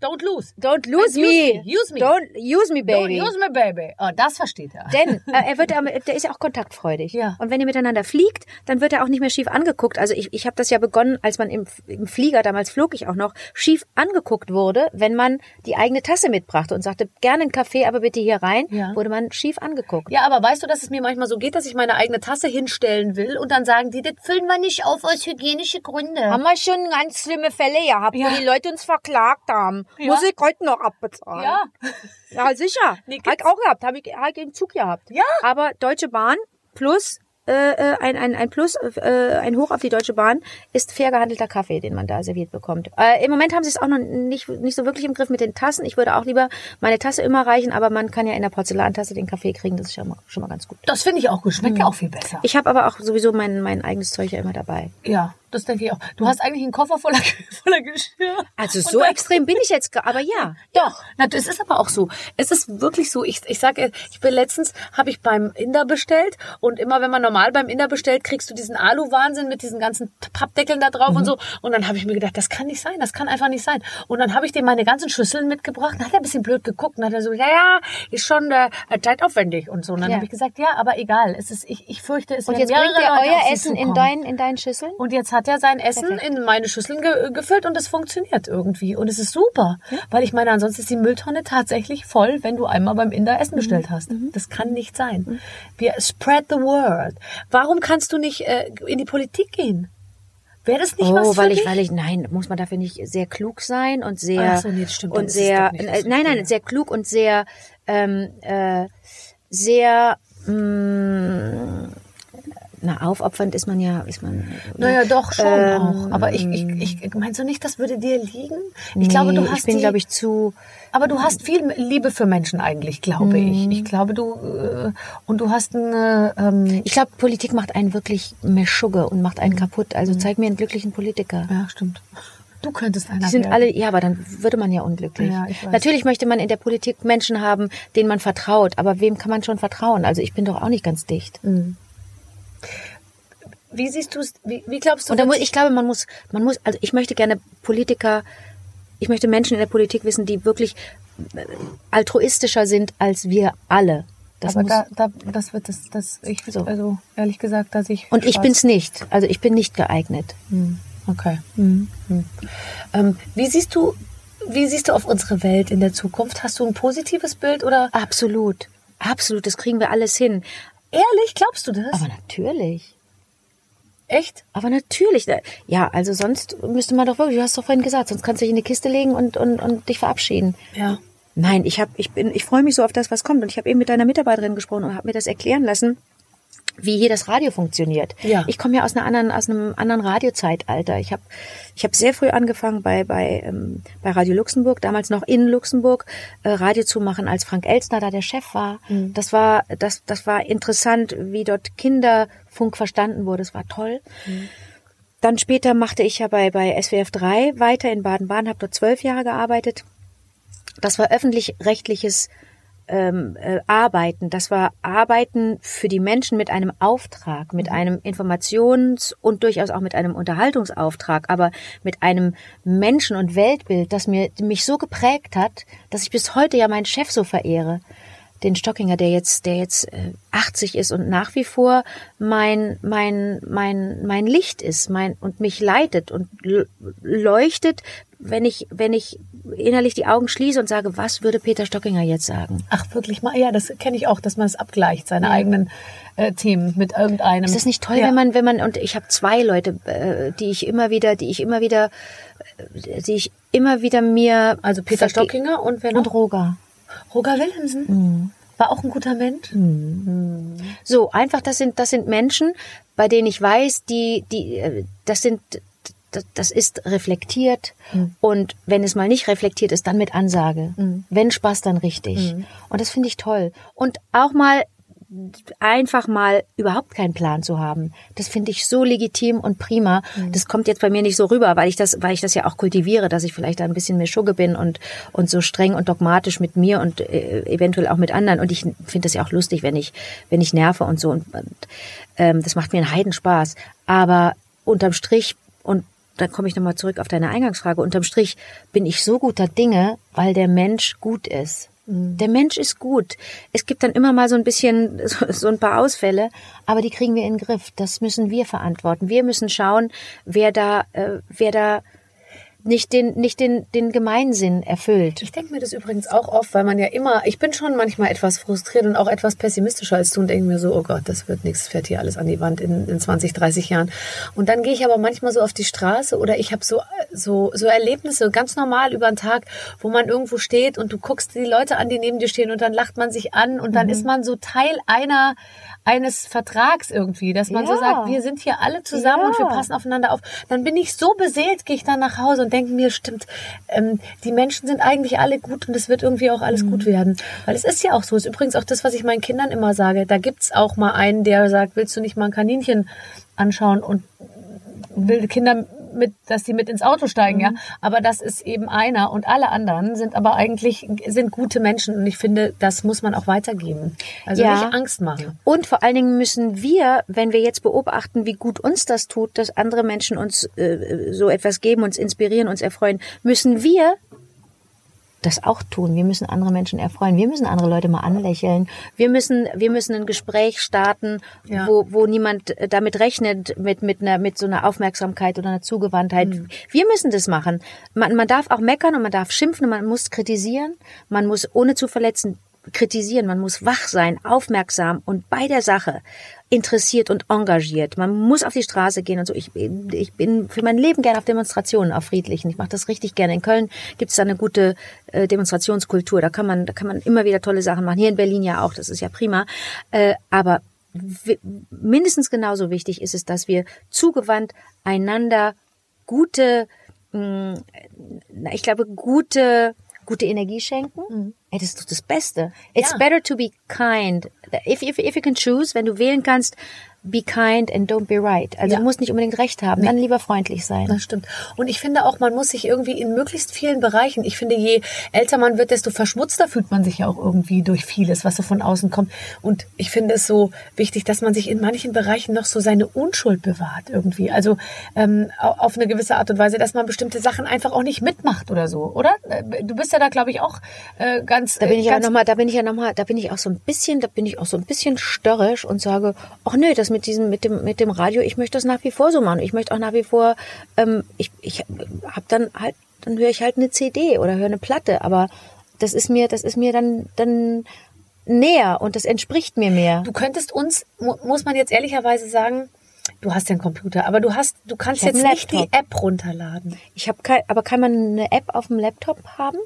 S2: Don't lose.
S4: Don't lose
S2: Use
S4: me.
S2: me, use me.
S4: Don't use me, baby.
S2: Don't use me, baby. Oh, das versteht er.
S4: *laughs* Denn äh, er wird, am- der ist ja auch kontaktfreudig.
S2: Ja.
S4: Und wenn ihr miteinander fliegt, dann wird er auch nicht mehr schief angeguckt. Also ich, ich habe das ja begonnen, als man im, im Flieger, damals flog ich auch noch, schief angeguckt wurde, wenn man die eigene Tasse mitbrachte und sagte, gerne einen Kaffee, aber bitte hier rein,
S2: Ja.
S4: wurde man schief angeguckt.
S2: Ja, aber weißt du, dass es mir manchmal so geht, dass ich meine eigene Tasse hinstellen will und dann sagen die, das füllen wir nicht auf aus hygienischen Gründen.
S4: Haben wir schon ganz schlimme Fälle gehabt,
S2: Ja.
S4: wo die Leute uns verklagt haben. Muss ich heute noch abbezahlen.
S2: Ja.
S4: Ja, halt *laughs* sicher.
S2: Nee, gibt's-
S4: Hab ich auch gehabt. Habe ich, hab ich im Zug gehabt.
S2: Ja.
S4: Aber Deutsche Bahn plus, äh, äh, ein, ein, ein Plus, äh, ein Hoch auf die Deutsche Bahn ist fair gehandelter Kaffee, den man da serviert bekommt. Äh, Im Moment haben sie es auch noch nicht, nicht so wirklich im Griff mit den Tassen. Ich würde auch lieber meine Tasse immer reichen, aber man kann ja in der Porzellantasse den Kaffee kriegen. Das ist ja mal- schon mal ganz gut.
S2: Das finde ich auch gut. Schmeckt ja auch viel besser.
S4: Ich habe aber auch sowieso mein, mein eigenes Zeug ja immer dabei.
S2: ja, das denke ich auch. Du hast eigentlich einen Koffer voller, *laughs* voller Geschirr.
S4: Also
S2: Und
S4: so
S2: dann-
S4: extrem bin ich jetzt, ge- aber ja.
S2: Doch, na, es ist aber auch so. Es ist wirklich so. Ich, ich sage, ich bin letztens habe ich beim Inder bestellt und immer wenn man normal beim Inder bestellt, kriegst du diesen Alu-Wahnsinn mit diesen ganzen T- Pappdeckeln da
S4: Mhm.
S2: drauf und so. Und dann habe ich mir gedacht, das kann nicht sein, das kann einfach nicht sein. Und dann habe ich dem meine ganzen Schüsseln mitgebracht. Dann hat er ein bisschen blöd geguckt und hat er so, ja, ja, ist schon äh, zeitaufwendig und so. Und dann
S4: Ja.
S2: habe ich gesagt, ja, aber egal. Es ist, ich, ich fürchte, es
S4: Und
S2: werden
S4: jetzt bringt
S2: mehrere
S4: ihr
S2: Leute auf
S4: euer
S2: sie
S4: Essen in
S2: zukommen.
S4: deinen, in deinen Schüsseln?
S2: Und jetzt hat er sein Essen
S4: Perfekt.
S2: in meine Schüsseln ge gefüllt und es funktioniert irgendwie. Und es ist super. Weil ich meine, ansonsten ist die Mülltonne tatsächlich voll, wenn du einmal beim Inder
S4: Mhm.
S2: Essen bestellt hast. Das kann nicht sein. Wir spread the word. Warum kannst du nicht äh, in die Politik gehen? Wäre das nicht was
S4: Oh,
S2: für
S4: weil
S2: dich?
S4: ich, weil ich, nein, muss man dafür nicht sehr klug sein und sehr
S2: Ach so, nee, das stimmt, dann
S4: und
S2: ist es
S4: sehr,
S2: doch nicht das
S4: äh, nein, nein,
S2: Richtige.
S4: sehr klug und sehr, ähm, äh, sehr, mh, na aufopfernd ist man ja, ist man.
S2: Naja, doch schon
S4: Ähm, mm.
S2: auch. Aber ich, ich, ich meinst du nicht, das würde dir liegen? Ich glaube, du
S4: nee,
S2: hast
S4: ich bin,
S2: die-
S4: glaube ich, zu.
S2: Aber du hast viel Liebe für Menschen eigentlich, glaube ich.
S4: Mm.
S2: Ich glaube, du äh, und du hast eine ähm,
S4: Ich glaube, Politik macht einen wirklich Meschugge und macht einen kaputt. Also zeig mir einen glücklichen Politiker.
S2: Mhm. ja stimmt. Du könntest einer
S4: Die sind
S2: werden.
S4: alle, ja, aber dann würde man ja unglücklich.
S2: Ah, Ja, ich weiß.
S4: Natürlich möchte man in der Politik Menschen haben, denen man vertraut, aber wem kann man schon vertrauen? Also ich bin doch auch nicht ganz dicht.
S2: Mhm. Wie siehst du es? Wie, wie glaubst du?
S4: Und da muss,
S2: dass-
S4: ich glaube, man muss, man muss, also ich möchte gerne Politiker, ich möchte Menschen in der Politik wissen, die wirklich äh, altruistischer sind als wir alle. Das
S2: aber
S4: muss,
S2: da, da, das wird das, das ich
S4: So.
S2: also ehrlich gesagt, dass ich
S4: und ich
S2: schwarz-
S4: bin's nicht. Also ich bin nicht geeignet.
S2: Hm, Okay. Hm. Ähm, wie siehst du? Wie siehst du auf unsere Welt in der Zukunft? Hast du ein positives Bild oder
S4: Absolut. Absolut, das kriegen wir alles hin.
S2: ehrlich glaubst du das?
S4: Aber natürlich.
S2: Echt?
S4: Aber natürlich, da- ja, also sonst müsste man doch wirklich, du hast doch vorhin gesagt, sonst kannst du dich in eine Kiste legen und, und, und dich verabschieden.
S2: Ja.
S4: Nein, ich hab, ich bin, ich freue mich so auf das, was kommt. Und ich habe eben mit deiner Mitarbeiterin gesprochen und habe mir das erklären lassen, wie hier das Radio funktioniert.
S2: Ja.
S4: Ich komme ja aus einer anderen, aus einem anderen Radiozeitalter. Ich habe, ich habe sehr früh angefangen bei bei ähm, bei Radio Luxemburg, damals noch in Luxemburg äh, Radio zu machen, als Frank Elstner da der Chef war. Das war, das, das war interessant, wie dort Kinderfunk verstanden wurde. Es war toll. Dann später machte ich ja bei, bei SWF 3 weiter in Baden-Baden, habe dort zwölf Jahre gearbeitet. Das war öffentlich-rechtliches ähm, äh, Arbeiten. Das war Arbeiten für die Menschen mit einem Auftrag, mit einem Informations- und durchaus auch mit einem Unterhaltungsauftrag, aber mit einem Menschen- und Weltbild, das mir, mich so geprägt hat, dass ich bis heute ja meinen Chef so verehre. Den Stockinger, der jetzt, der jetzt äh, 80 ist und nach wie vor mein, mein, mein, mein Licht ist, mein, und mich leitet und l- leuchtet, wenn ich, wenn ich innerlich die Augen schließe und sage, was würde Peter Stockinger jetzt sagen?
S2: Ach wirklich mal? Ja, das kenne ich auch, dass man es abgleicht seine eigenen äh, Themen mit irgendeinem.
S4: Ist das nicht toll,
S2: Ähm, ja.
S4: wenn man, wenn man, und ich habe zwei Leute, äh, die ich immer wieder, die ich immer wieder, äh, die ich immer wieder mir.
S2: also Peter
S4: verge-
S2: Stockinger und wer
S4: Und
S2: noch? Hm.
S4: Roger.
S2: Roger Willemsen war auch ein guter Mensch.
S4: So, einfach, das sind, das sind Menschen, bei denen ich weiß, die, die, äh, das sind, das- das ist reflektiert.
S2: Hm.
S4: Und wenn es mal nicht reflektiert ist, dann mit Ansage. Wenn Spaß, dann richtig.
S2: Hm.
S4: Und das finde ich toll. Und auch mal, einfach mal überhaupt keinen Plan zu haben. Das finde ich so legitim und prima. Das kommt jetzt bei mir nicht so rüber, weil ich das, weil ich das ja auch kultiviere, dass ich vielleicht da ein bisschen mehr Schugge bin und, und so streng und dogmatisch mit mir und äh, eventuell auch mit anderen. Und ich finde das ja auch lustig, wenn ich, wenn ich nerve und so. Und, und ähm, das macht mir einen Heidenspaß. Aber unterm Strich und da komme ich nochmal zurück auf deine Eingangsfrage. Unterm Strich bin ich so guter Dinge, weil der Mensch gut ist. Der Mensch ist gut. Es gibt dann immer mal so ein bisschen, *laughs* so, so ein paar Ausfälle, aber die kriegen wir in den Griff. Das müssen wir verantworten. Wir müssen schauen, wer da, äh, wer da nicht den, nicht den, den Gemeinsinn erfüllt.
S2: Ich denke mir das übrigens auch oft, weil man ja immer, ich bin schon manchmal etwas frustriert und auch etwas pessimistischer als du und denke mir so, oh Gott, das wird nichts, fährt hier alles an die Wand in, in 20, 30 Jahren. Und dann gehe ich aber manchmal so auf die Straße oder ich habe so, so, so Erlebnisse ganz normal über den Tag, wo man irgendwo steht und du guckst die Leute an, die neben dir stehen und dann lacht man sich an und dann
S4: Mhm.
S2: ist man so Teil einer, eines Vertrags irgendwie, dass man so
S4: Ja.
S2: sagt, wir sind hier alle zusammen und wir
S4: Ja.
S2: passen aufeinander auf. Dann bin ich so beseelt, gehe ich dann nach Hause und denke mir, stimmt, ähm, die Menschen sind eigentlich alle gut und es wird irgendwie auch alles gut werden. Weil es ist ja auch so. Es ist übrigens auch das, was ich meinen Kindern immer sage. Da gibt's auch mal einen, der sagt, willst du nicht mal ein Kaninchen anschauen und will Kinder mit, dass die mit ins Auto steigen, ja. Aber das ist eben einer und alle anderen sind aber eigentlich sind gute Menschen und ich finde, das muss man auch weitergeben. Also
S4: Ja.
S2: nicht Angst machen.
S4: Und vor allen Dingen müssen wir, wenn wir jetzt beobachten, wie gut uns das tut, dass andere Menschen uns äh, so etwas geben, uns inspirieren, uns erfreuen, müssen wir das auch tun. Wir müssen andere Menschen erfreuen. Wir müssen andere Leute mal anlächeln. Wir müssen, wir müssen ein Gespräch starten,
S2: Ja.
S4: wo, wo niemand äh, damit rechnet, mit, mit, einer, mit so einer Aufmerksamkeit oder einer Zugewandtheit. Wir müssen das machen. Man, man darf auch meckern und man darf schimpfen und man muss kritisieren. Man muss ohne zu verletzen kritisieren. Man muss wach sein, aufmerksam und bei der Sache interessiert und engagiert. Man muss auf die Straße gehen und so. Ich, bin- ich bin für mein Leben gerne auf Demonstrationen, auf friedlichen. Ich mache das richtig gerne. In Köln gibt es da eine gute äh, Demonstrationskultur. Da kann man, da kann man immer wieder tolle Sachen machen. Hier in Berlin ja auch. Das ist ja prima. Äh, aber wi- mindestens genauso wichtig ist es, dass wir zugewandt einander gute hm, na, ich glaube, gute, gute Energie schenken. Ey, das ist doch das Beste. It's
S2: Mhm. Ja.
S4: better to be kind. If, if, if you can choose, wenn du wählen kannst, be kind and don't be right. Also
S2: Ja. Mhm.
S4: du musst nicht unbedingt recht haben, dann lieber freundlich sein.
S2: Das stimmt. Und ich finde auch, man muss sich irgendwie in möglichst vielen Bereichen, ich finde, je älter man wird, desto verschmutzter fühlt man sich ja auch irgendwie durch vieles, was so von außen kommt. Und ich finde es so wichtig, dass man sich in manchen Bereichen noch so seine Unschuld bewahrt irgendwie. Also ähm, au- auf eine gewisse Art und Weise, dass man bestimmte Sachen einfach auch nicht mitmacht oder so, oder? Äh, Du bist ja da, glaube ich, auch äh, ganz.
S4: Da bin ich ja
S2: ganz
S4: nochmal, da bin ich ja nochmal, da bin ich auch so ein bisschen, da bin ich auch so ein bisschen störrisch und sage, ach nö, das mit diesem, mit dem, mit dem Radio, ich möchte das nach wie vor so machen. Ich möchte auch nach wie vor, ähm, ich, ich hab dann halt, dann höre ich halt eine CD oder höre eine Platte, aber das ist mir, das ist mir dann, dann näher und das entspricht mir mehr.
S2: Du könntest uns, mu muss man jetzt ehrlicherweise sagen, du hast ja einen Computer, aber du hast, du kannst
S4: Ich hab
S2: jetzt
S4: einen
S2: nicht die
S4: Laptop.
S2: App runterladen.
S4: Ich habe kein, aber kann man eine App auf dem Laptop haben?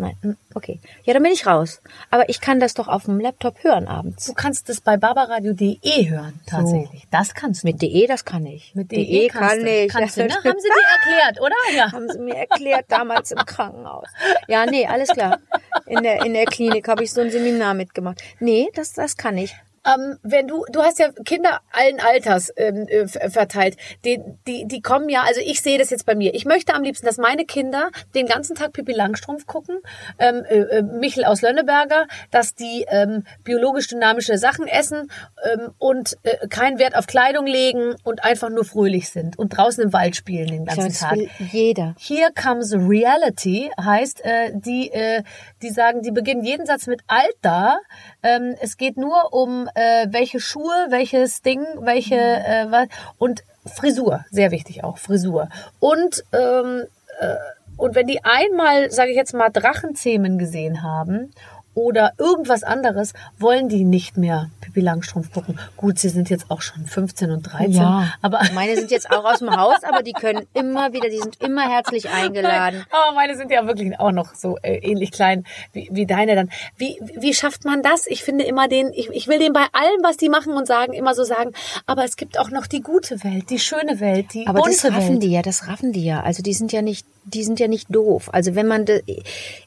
S4: Nein, hm, okay. Ja, dann bin ich raus. Aber ich kann das doch auf dem Laptop hören abends.
S2: Du kannst es bei barbaradio.de hören, tatsächlich. Das kannst du.
S4: Mit DE, das kann ich. E
S2: Mit E DE kannst
S4: kann
S2: du.
S4: ich.
S2: Kannst
S4: *laughs*
S2: du, ne? *laughs* Haben sie dir erklärt, oder? Ja.
S4: haben sie mir erklärt damals im Krankenhaus. Ja, nee, alles klar. In der, in der Klinik habe ich so ein Seminar mitgemacht. Nee, das, das kann ich.
S2: Ähm, wenn du, du hast ja Kinder allen Alters ähm, äh, ver- verteilt. Die, die, die kommen ja, also ich sehe das jetzt bei mir. Ich möchte am liebsten, dass meine Kinder den ganzen Tag Pippi Langstrumpf gucken, ähm, äh, äh, Michel aus Lönneberger, dass die ähm, biologisch-dynamische Sachen essen ähm, und äh, keinen Wert auf Kleidung legen und einfach nur fröhlich sind und draußen im Wald spielen den
S4: Ich glaube,
S2: ganzen
S4: das
S2: Tag.
S4: will jeder.
S2: Here comes reality heißt, äh, die, äh, die sagen, die beginnen jeden Satz mit Alter. Ähm, es geht nur um äh, welche Schuhe, welches Ding, welche äh, was und Frisur, sehr wichtig auch Frisur und ähm, äh, und wenn die einmal, sage ich jetzt mal, Drachenzähmen gesehen haben oder irgendwas anderes, wollen die nicht mehr Pippi Langstrumpf gucken. Gut, sie sind jetzt auch schon 15 und 13,
S4: Ja.
S2: Also, aber
S4: Meine sind jetzt auch aus dem Haus, aber die können immer wieder, die sind immer herzlich eingeladen.
S2: Nein, *laughs* aber meine sind ja wirklich auch noch so äh, ähnlich klein wie, wie deine dann. Wie, wie schafft man das? Ich finde immer den, ich, ich will den bei allem, was die machen und sagen, immer so sagen, aber es gibt auch noch die gute Welt, die schöne Welt, die
S4: Aber
S2: bunte
S4: das raffen
S2: Welt.
S4: die ja, das raffen die ja. Also die sind ja nicht, die sind ja nicht doof. Also wenn man, de,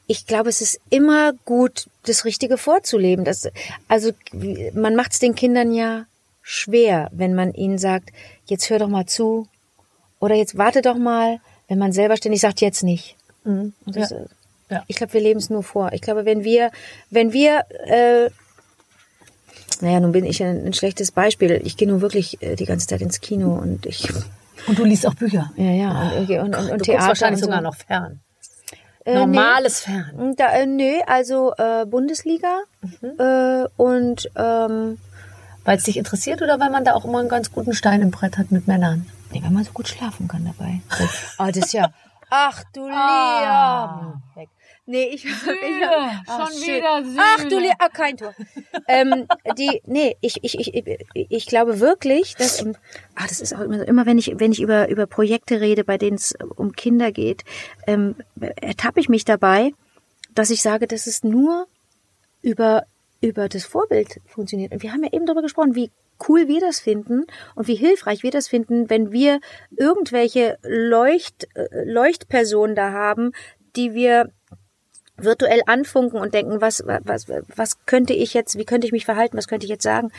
S4: ich glaube, es ist immer gut, das Richtige vorzuleben. Das, also man macht es den Kindern ja schwer, wenn man ihnen sagt, jetzt hör doch mal zu oder jetzt warte doch mal, wenn man selber ständig sagt, jetzt nicht. Und das, äh,
S2: Mhm. Ja.
S4: Ich glaube, wir leben es nur vor. Ich glaube, wenn wir, wenn wir äh, naja, nun bin ich ein, ein schlechtes Beispiel. Ich gehe nun wirklich äh, die ganze Zeit ins Kino und ich
S2: Und du liest auch Bücher.
S4: Ja, ja. Und,
S2: Ah,
S4: und, und,
S2: Du
S4: und
S2: guckst
S4: Theater.
S2: wahrscheinlich
S4: und so.
S2: sogar noch fern.
S4: Äh,
S2: Normales Fern.
S4: Nee, da, äh, nee also äh, Bundesliga
S2: Mhm.
S4: äh, und ähm,
S2: Weil es dich interessiert oder weil man da auch immer einen ganz guten Stein im Brett hat mit Männern?
S4: nee, wenn man so gut schlafen kann
S2: *laughs*
S4: dabei. So. Ah, das ist ja. Ach du
S2: Ah.
S4: Liam. Weg. Nee, ich, *laughs* ich
S2: schon
S4: schön.
S2: wieder Sühne.
S4: Ach du Liam, ah, kein Tor. ähm, die, nee, ich, ich, ich, ich, ich glaube wirklich, dass, ähm, ah, das ist auch immer so, immer wenn ich, wenn ich über, über Projekte rede, bei denen es um Kinder geht, ähm, ertappe ich mich dabei, dass ich sage, das ist nur über, über das Vorbild funktioniert. Und wir haben ja eben darüber gesprochen, wie cool wir das finden und wie hilfreich wir das finden, wenn wir irgendwelche Leucht, äh, Leuchtpersonen da haben, die wir virtuell anfunken und denken, was, was, was könnte ich jetzt, wie könnte ich mich verhalten, was könnte ich jetzt sagen,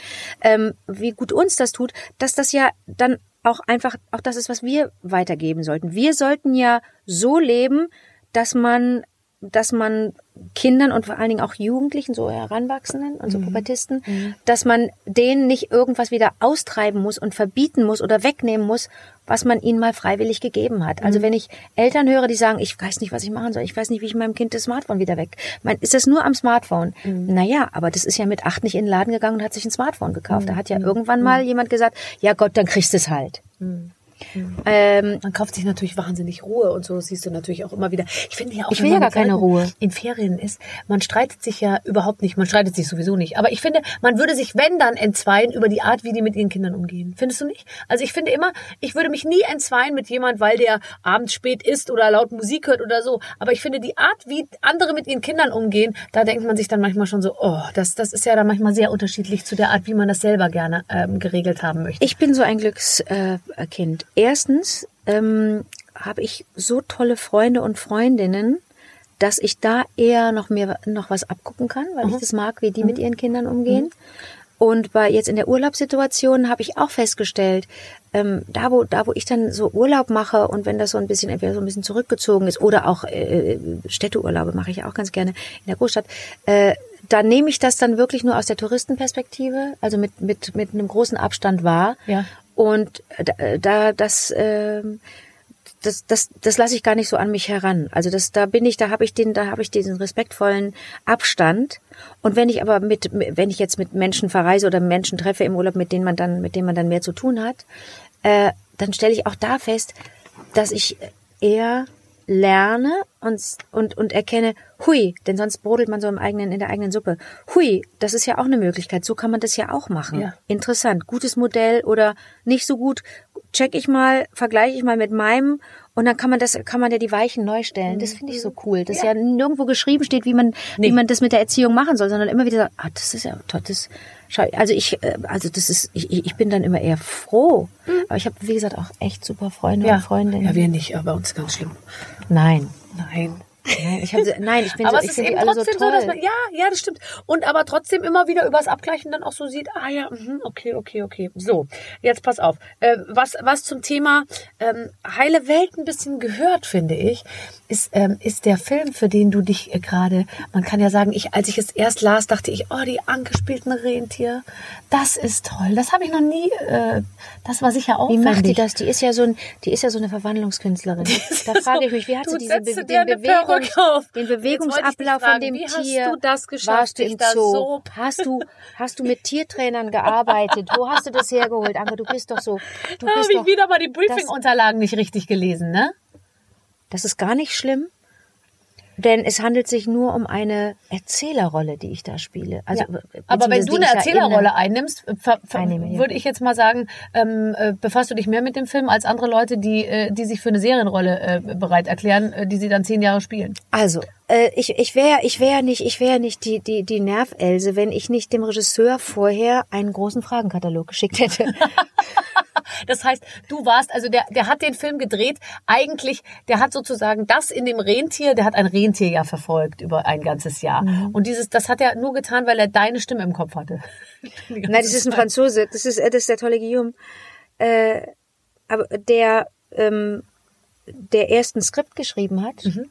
S4: ähm, wie gut uns das tut, dass das ja dann auch einfach, auch das ist, was wir weitergeben sollten. Wir sollten ja so leben, dass man, dass man Kindern und vor allen Dingen auch Jugendlichen, so Heranwachsenden und so Pubertisten, Mhm. dass man denen nicht irgendwas wieder austreiben muss und verbieten muss oder wegnehmen muss, was man ihnen mal freiwillig gegeben hat. Also wenn ich Eltern höre, die sagen, ich weiß nicht, was ich machen soll, ich weiß nicht, wie ich meinem Kind das Smartphone wieder weg. Mein, ist das nur am Smartphone? Naja, aber das ist ja mit acht nicht in den Laden gegangen und hat sich ein Smartphone gekauft. Da hat ja irgendwann mal jemand gesagt, ja Gott, dann kriegst du es halt. Ähm,
S2: Man kauft sich natürlich wahnsinnig Ruhe und so siehst du natürlich auch immer wieder. Ich finde ja auch,
S4: Ich
S2: wenn
S4: will ja
S2: man
S4: gar
S2: mit
S4: keine
S2: Leuten
S4: Ruhe.
S2: In Ferien ist, man streitet sich ja überhaupt nicht. Man streitet sich sowieso nicht. Aber ich finde, man würde sich, wenn dann, entzweien über die Art, wie die mit ihren Kindern umgehen. Findest du nicht? Also ich finde immer, ich würde mich nie entzweien mit jemand, weil der abends spät isst oder laut Musik hört oder so. Aber ich finde, die Art, wie andere mit ihren Kindern umgehen, da denkt man sich dann manchmal schon so, oh, das, das ist ja dann manchmal sehr unterschiedlich zu der Art, wie man das selber gerne ähm, geregelt haben möchte.
S4: Ich bin so ein Glückskind. Äh, Kind. Erstens ähm, habe ich so tolle Freunde und Freundinnen, dass ich da eher noch mehr noch was abgucken kann, weil ich das mag, wie die mit ihren Kindern umgehen. Und bei jetzt in der Urlaubssituation habe ich auch festgestellt, ähm, da wo da wo ich dann so Urlaub mache und wenn das so ein bisschen entweder so ein bisschen zurückgezogen ist oder auch äh, Städteurlaube mache ich ja auch ganz gerne in der Großstadt, äh, da nehme ich das dann wirklich nur aus der Touristenperspektive, also mit mit mit einem großen Abstand wahr.
S2: Ja.
S4: Und da, da das ähm, das, das, das lasse ich gar nicht so an mich heran. Also das, da bin ich, da habe ich den, da habe ich diesen respektvollen Abstand. Und wenn ich aber mit, wenn ich jetzt mit Menschen verreise oder Menschen treffe im Urlaub, mit denen man dann, mit denen man dann mehr zu tun hat, äh, dann stelle ich auch da fest, dass ich eher lerne und, und, und erkenne, hui, denn sonst brodelt man so im eigenen, in der eigenen Suppe. Hui, das ist ja auch eine Möglichkeit. So kann man das ja auch machen.
S2: Ja.
S4: Interessant. Gutes Modell oder nicht so gut. Check ich mal, vergleiche ich mal mit meinem und dann kann man das, kann man ja die Weichen neu stellen. Das finde ich
S2: Mhm.
S4: so cool. Dass ja. nirgendwo geschrieben steht, wie man, wie man das mit der Erziehung machen soll, sondern immer wieder sagt, ah, das ist ja toll, das, schau, also ich, äh, also das ist, ich, ich ich bin dann immer eher froh. Aber ich habe, wie gesagt, auch echt super Freunde und Freundinnen.
S2: Mhm. Ja, wir nicht, aber uns ganz schlimm. *laughs*
S4: Nein.
S2: Nein.
S4: Nein, ich, hab, so- nein, ich bin
S2: aber
S4: so,
S2: es
S4: ich
S2: ist
S4: finde die
S2: eben
S4: alle so
S2: trotzdem so,
S4: toll.
S2: dass man, ja, ja, das stimmt. Und aber trotzdem immer wieder übers Abgleichen dann auch so sieht, ah ja, mhm, okay, okay, okay. So, jetzt pass auf. Äh, was, was zum Thema ähm, heile Welt ein bisschen gehört, finde ich, ist, ähm, ist der Film, für den du dich äh, gerade, man kann ja sagen, ich, als ich es erst las, dachte ich, oh, die angespielten Rentier, das ist toll. Das habe ich noch nie, äh, das war sicher auch
S4: wie macht die das? Die ist ja so, ein, die ist ja so eine Verwandlungskünstlerin. Da frage ich mich, wie hat sie diese Be den, Bewegung, den Bewegungsablauf von dem Tier?
S2: Hast du das geschafft?
S4: Warst du
S2: dich
S4: im
S2: da
S4: Zoo?
S2: so
S4: hast du, hast du mit Tiertrainern gearbeitet? Wo hast du das hergeholt, Anke? Du bist doch so, du
S2: Da
S4: bist
S2: habe
S4: doch,
S2: ich Ah, wieder mal die Briefing-Unterlagen nicht richtig gelesen, ne?
S4: das ist gar nicht schlimm. Denn es handelt sich nur um eine Erzählerrolle, die ich da spiele. Also,
S2: Aber wenn
S4: beziehungsweise
S2: du eine
S4: die ich da inne-
S2: Erzählerrolle einnimmst, äh, ver, ver,
S4: Einnehme, ja.
S2: würde ich jetzt mal sagen, ähm, äh, befasst du dich mehr mit dem Film als andere Leute, die, äh, die sich für eine Serienrolle äh, bereit erklären, äh, die sie dann zehn Jahre
S4: *laughs*
S2: spielen.
S4: Also, äh, ich, ich wäre ich wär nicht, ich wär nicht die, die, die Nervelse, wenn ich nicht dem Regisseur vorher einen großen Fragenkatalog
S2: *laughs*
S4: geschickt hätte.
S2: Das heißt, du warst, also der, der hat den Film gedreht, eigentlich, der hat sozusagen das in dem Rentier, der hat ein Rentier ja verfolgt über ein ganzes Jahr.
S4: Mhm.
S2: Und dieses, das hat er nur getan, weil er deine Stimme im Kopf hatte.
S4: Nein, das ist ein Franzose, das ist, äh, das ist der tolle Guillaume. Äh, aber der, ähm, der erst ein Skript geschrieben hat,
S2: Mhm.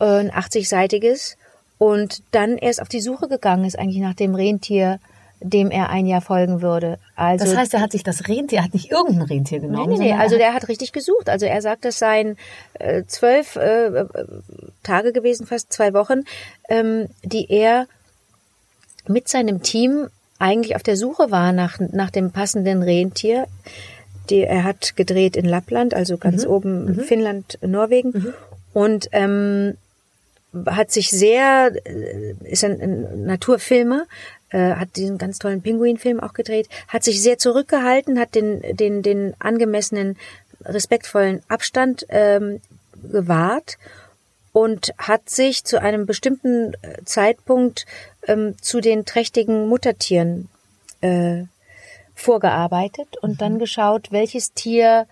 S4: äh, ein 80-seitiges, und dann erst auf die Suche gegangen ist eigentlich nach dem Rentier, dem er ein Jahr folgen würde.
S2: *laughs*
S4: Also
S2: Das heißt, er hat sich das Rentier, er hat nicht irgendein Rentier
S4: Nein,
S2: genommen.
S4: nein, nee.
S2: sondern
S4: Also
S2: er
S4: der hat richtig gesucht. Also er sagt, es seien äh, zwölf äh, äh, Tage gewesen, fast zwei Wochen, ähm, die er mit seinem Team eigentlich auf der Suche war nach, nach dem passenden Rentier. Die, er hat gedreht in Lappland, also
S2: Mhm.
S4: ganz oben Finnland, Norwegen. Und ähm, hat sich sehr, äh, ist ein, ein Naturfilmer, äh, hat diesen ganz tollen Pinguinfilm auch gedreht, hat sich sehr zurückgehalten, hat den, den, den angemessenen, respektvollen Abstand ähm, gewahrt und hat sich zu einem bestimmten äh, Zeitpunkt ähm, zu den trächtigen Muttertieren äh, vorgearbeitet und
S2: Mhm.
S4: dann geschaut, welches Tier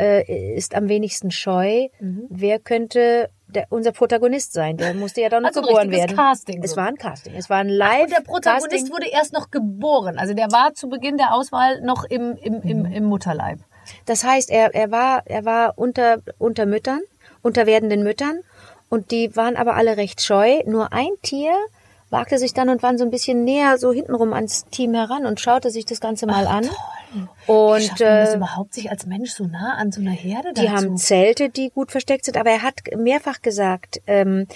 S4: äh, ist am wenigsten scheu,
S2: Mhm.
S4: wer könnte der, unser Protagonist sein. Der musste ja dann noch
S2: Also ein
S4: geboren
S2: richtiges
S4: werden.
S2: Casting
S4: es
S2: so.
S4: war ein Casting. Es war ein
S2: Ach,
S4: live
S2: und der Protagonist
S4: Casting.
S2: wurde erst noch geboren. Also der war zu Beginn der Auswahl noch im, im, im, im Mutterleib.
S4: Das heißt, er, er war, er war unter, unter Müttern, unter werdenden Müttern. Und die waren aber alle recht scheu. Nur ein Tier wagte sich dann und war so ein bisschen näher so hintenrum ans Team heran und schaute sich das Ganze mal an.
S2: Wie
S4: Und
S2: schafft man das
S4: äh,
S2: überhaupt sich als Mensch so nah an so einer Herde
S4: die
S2: dazu?
S4: haben Zelte, die gut versteckt sind. Aber er hat mehrfach gesagt, ähm,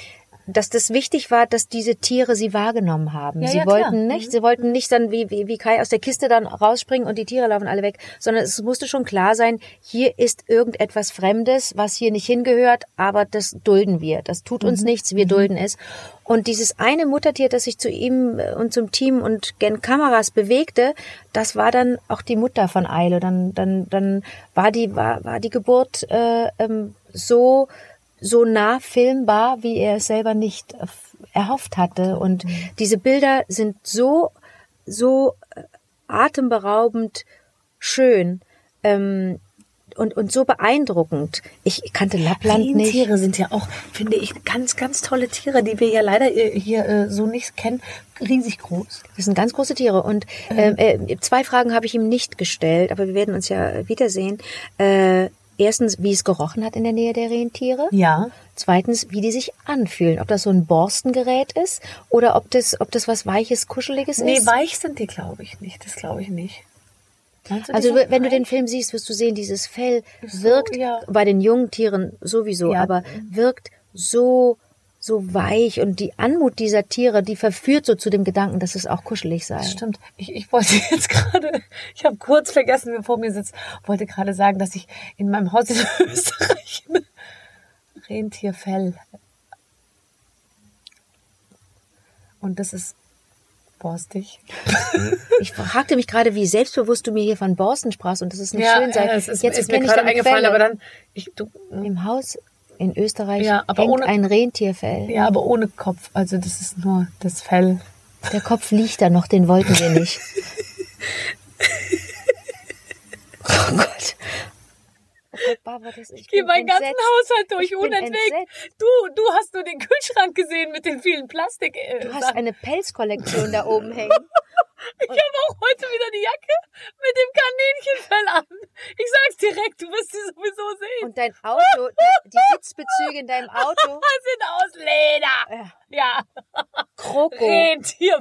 S4: dass das wichtig war, dass diese Tiere sie wahrgenommen haben.
S2: Ja,
S4: sie
S2: ja, klar. Mhm.
S4: wollten nicht, sie wollten nicht dann wie, wie, wie Kai aus der Kiste dann rausspringen und die Tiere laufen alle weg, sondern es musste schon klar sein, hier ist irgendetwas Fremdes, was hier nicht hingehört, aber das dulden wir. Das tut
S2: Mhm.
S4: uns nichts, wir dulden es. Und dieses eine Muttertier, das sich zu ihm äh, und zum Team und gen Kameras bewegte, das war dann auch die Mutter von Eile. Dann, dann, dann war die, war, war die Geburt äh, ähm, so so nah filmbar, wie er es selber nicht äh, erhofft hatte. Und diese Bilder sind so, so äh, atemberaubend schön ähm, und, und so beeindruckend. Ich kannte Lappland nicht.
S2: Rentiere sind ja auch, finde ich, ganz, ganz tolle Tiere, die wir ja leider äh, hier äh, so nicht kennen. Riesig groß.
S4: Das sind ganz große Tiere. Und ähm, äh, zwei Fragen habe ich ihm nicht gestellt, aber wir werden uns ja wiedersehen. Äh, erstens, wie es gerochen hat in der Nähe der Rentiere.
S2: Ja.
S4: Zweitens, wie die sich anfühlen. Ob das so ein Borstengerät ist oder ob das, ob das was Weiches, Kuscheliges
S2: Nee,
S4: ist.
S2: weich sind die, glaube ich, nicht. Das glaube ich nicht. Meinst die
S4: Also
S2: sind
S4: wenn du den
S2: weich?
S4: Film siehst, wirst du sehen, dieses Fell
S2: so,
S4: wirkt
S2: ja.
S4: bei den jungen Tieren sowieso,
S2: Ja.
S4: aber wirkt so so weich und die Anmut dieser Tiere, die verführt so zu dem Gedanken, dass es auch kuschelig sei.
S2: Stimmt. Ich, ich wollte *laughs* jetzt gerade, ich habe kurz vergessen, wer vor mir sitzt, wollte gerade sagen, dass ich in meinem Haus in Österreich *laughs* ein Rentierfell. Und das ist borstig.
S4: Ich fragte mich gerade, wie selbstbewusst du mir hier von Borsten sprachst und dass es nicht schön sei.
S2: es ist,
S4: Jetzt
S2: ist mir
S4: kenne ich
S2: gerade
S4: deine
S2: eingefallen,
S4: Quelle.
S2: aber dann, ich, du,
S4: im Haus in Österreich
S2: Ja, aber
S4: hängt
S2: ohne-
S4: ein Rentierfell.
S2: ja, aber ohne Kopf. Also das ist nur das Fell.
S4: Der Kopf liegt da noch, den wollten wir nicht. oh Gott. Oh Gott, Barbara, das ist, ich
S2: Geh
S4: bin
S2: meinen ganzen
S4: entsetzt.
S2: Haushalt durch,
S4: bin
S2: unentwegt.
S4: entsetzt.
S2: Du, du hast nur den Kühlschrank gesehen mit den vielen Plastik. äh,
S4: Du hast
S2: Sachen.
S4: eine Pelzkollektion da oben hängen.
S2: Ich habe auch heute wieder die Jacke mit dem Kaninchenfell an. Ich sag's direkt, du wirst sie sowieso sehen.
S4: Und dein Auto, die, die Sitzbezüge in deinem Auto,
S2: Das Ah, sind aus Leder. Ja.
S4: Kroko.
S2: Rentier.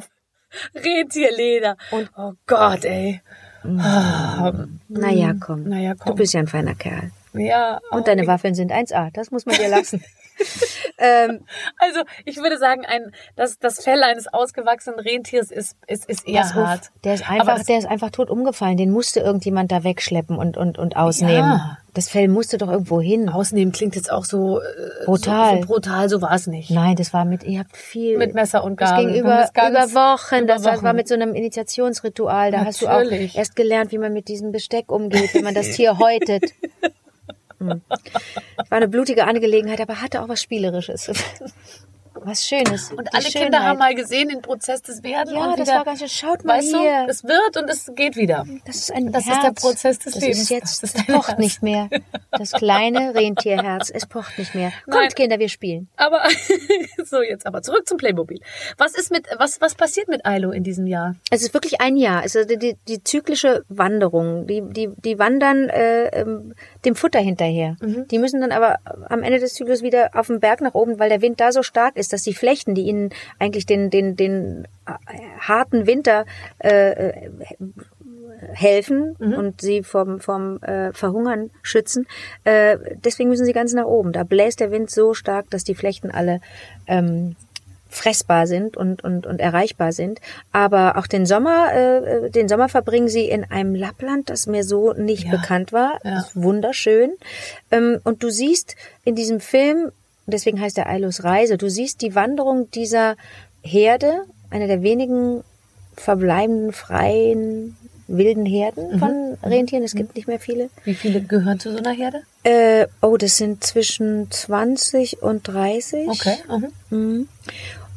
S2: Rentierleder.
S4: Und-
S2: oh Gott, ey. Ah,
S4: Naja, komm.
S2: Naja, komm.
S4: Du bist ja ein feiner Kerl.
S2: ja,
S4: Und
S2: oh,
S4: deine
S2: ich-
S4: Waffeln sind 1A, das muss man dir
S2: *laughs*
S4: lassen. ähm,
S2: Also, ich würde sagen, ein, das, das Fell eines ausgewachsenen Rentiers ist, ist, ist eher
S4: pass auf,
S2: hart.
S4: Der ist
S2: Aber
S4: einfach,
S2: es-
S4: der ist einfach tot umgefallen. Den musste irgendjemand da wegschleppen und, und, und ausnehmen.
S2: Ja.
S4: Das Fell musste doch irgendwo hin.
S2: Ausnehmen klingt jetzt auch so äh,
S4: Brutal.
S2: So, so brutal, so war es nicht.
S4: Nein, das war mit, ihr habt viel.
S2: Mit Messer und
S4: Das
S2: Gabel.
S4: ging
S2: Wir
S4: über,
S2: haben das ganz-
S4: über Wochen. das
S2: über Wochen.
S4: war mit so einem Initiationsritual. Da hast du auch
S2: Natürlich.
S4: erst gelernt, wie man mit diesem Besteck umgeht, wenn man das Tier häutet.
S2: *laughs*
S4: Hm. War eine blutige Angelegenheit, aber hatte auch was Spielerisches. Was Schönes.
S2: Und
S4: Die
S2: alle
S4: Schönheit.
S2: Kinder haben mal gesehen den Prozess des Werden.
S4: Ja,
S2: und
S4: das
S2: wieder,
S4: war ganz schön. Schaut mal
S2: Weißt
S4: hier.
S2: du, es wird und es geht wieder.
S4: Das ist ein
S2: Das ist
S4: Herz.
S2: der Prozess des
S4: das Ist
S2: Lebens.
S4: jetzt,
S2: Das
S4: das
S2: ist dein
S4: pocht
S2: Herz.
S4: nicht mehr.
S2: *laughs*
S4: Das kleine Rentierherz, es pocht nicht mehr. Kommt,
S2: Nein.
S4: Kinder, wir spielen.
S5: *laughs*
S2: Aber so jetzt aber zurück zum Playmobil. Was ist mit was was passiert mit Ailo in diesem Jahr?
S4: Es ist wirklich ein Jahr. Es ist die, die, die zyklische Wanderung. Die, die, die wandern äh, ähm, dem Futter hinterher. Die müssen dann aber am Ende des Zyklus wieder auf den Berg nach oben, weil der Wind da so stark ist, ist, dass die Flechten, die ihnen eigentlich den, den, den äh, harten Winter äh, helfen und sie vom, vom äh, Verhungern schützen, äh, deswegen müssen sie ganz nach oben. Da bläst der Wind so stark, dass die Flechten alle ähm, fressbar sind und, und, und erreichbar sind. Aber auch den Sommer, äh, den Sommer verbringen sie in einem Lappland, das mir so nicht bekannt war. Das ist wunderschön. Ähm, und du siehst in diesem Film, deswegen heißt er Eilos Reise, du siehst die Wanderung dieser Herde, einer der wenigen verbleibenden freien wilden Herden von Rentieren. Es gibt nicht mehr viele.
S5: Wie viele gehören zu so einer Herde?
S4: Äh, oh, das sind zwischen 20 und 30.
S5: Okay. Mhm.
S4: Mhm.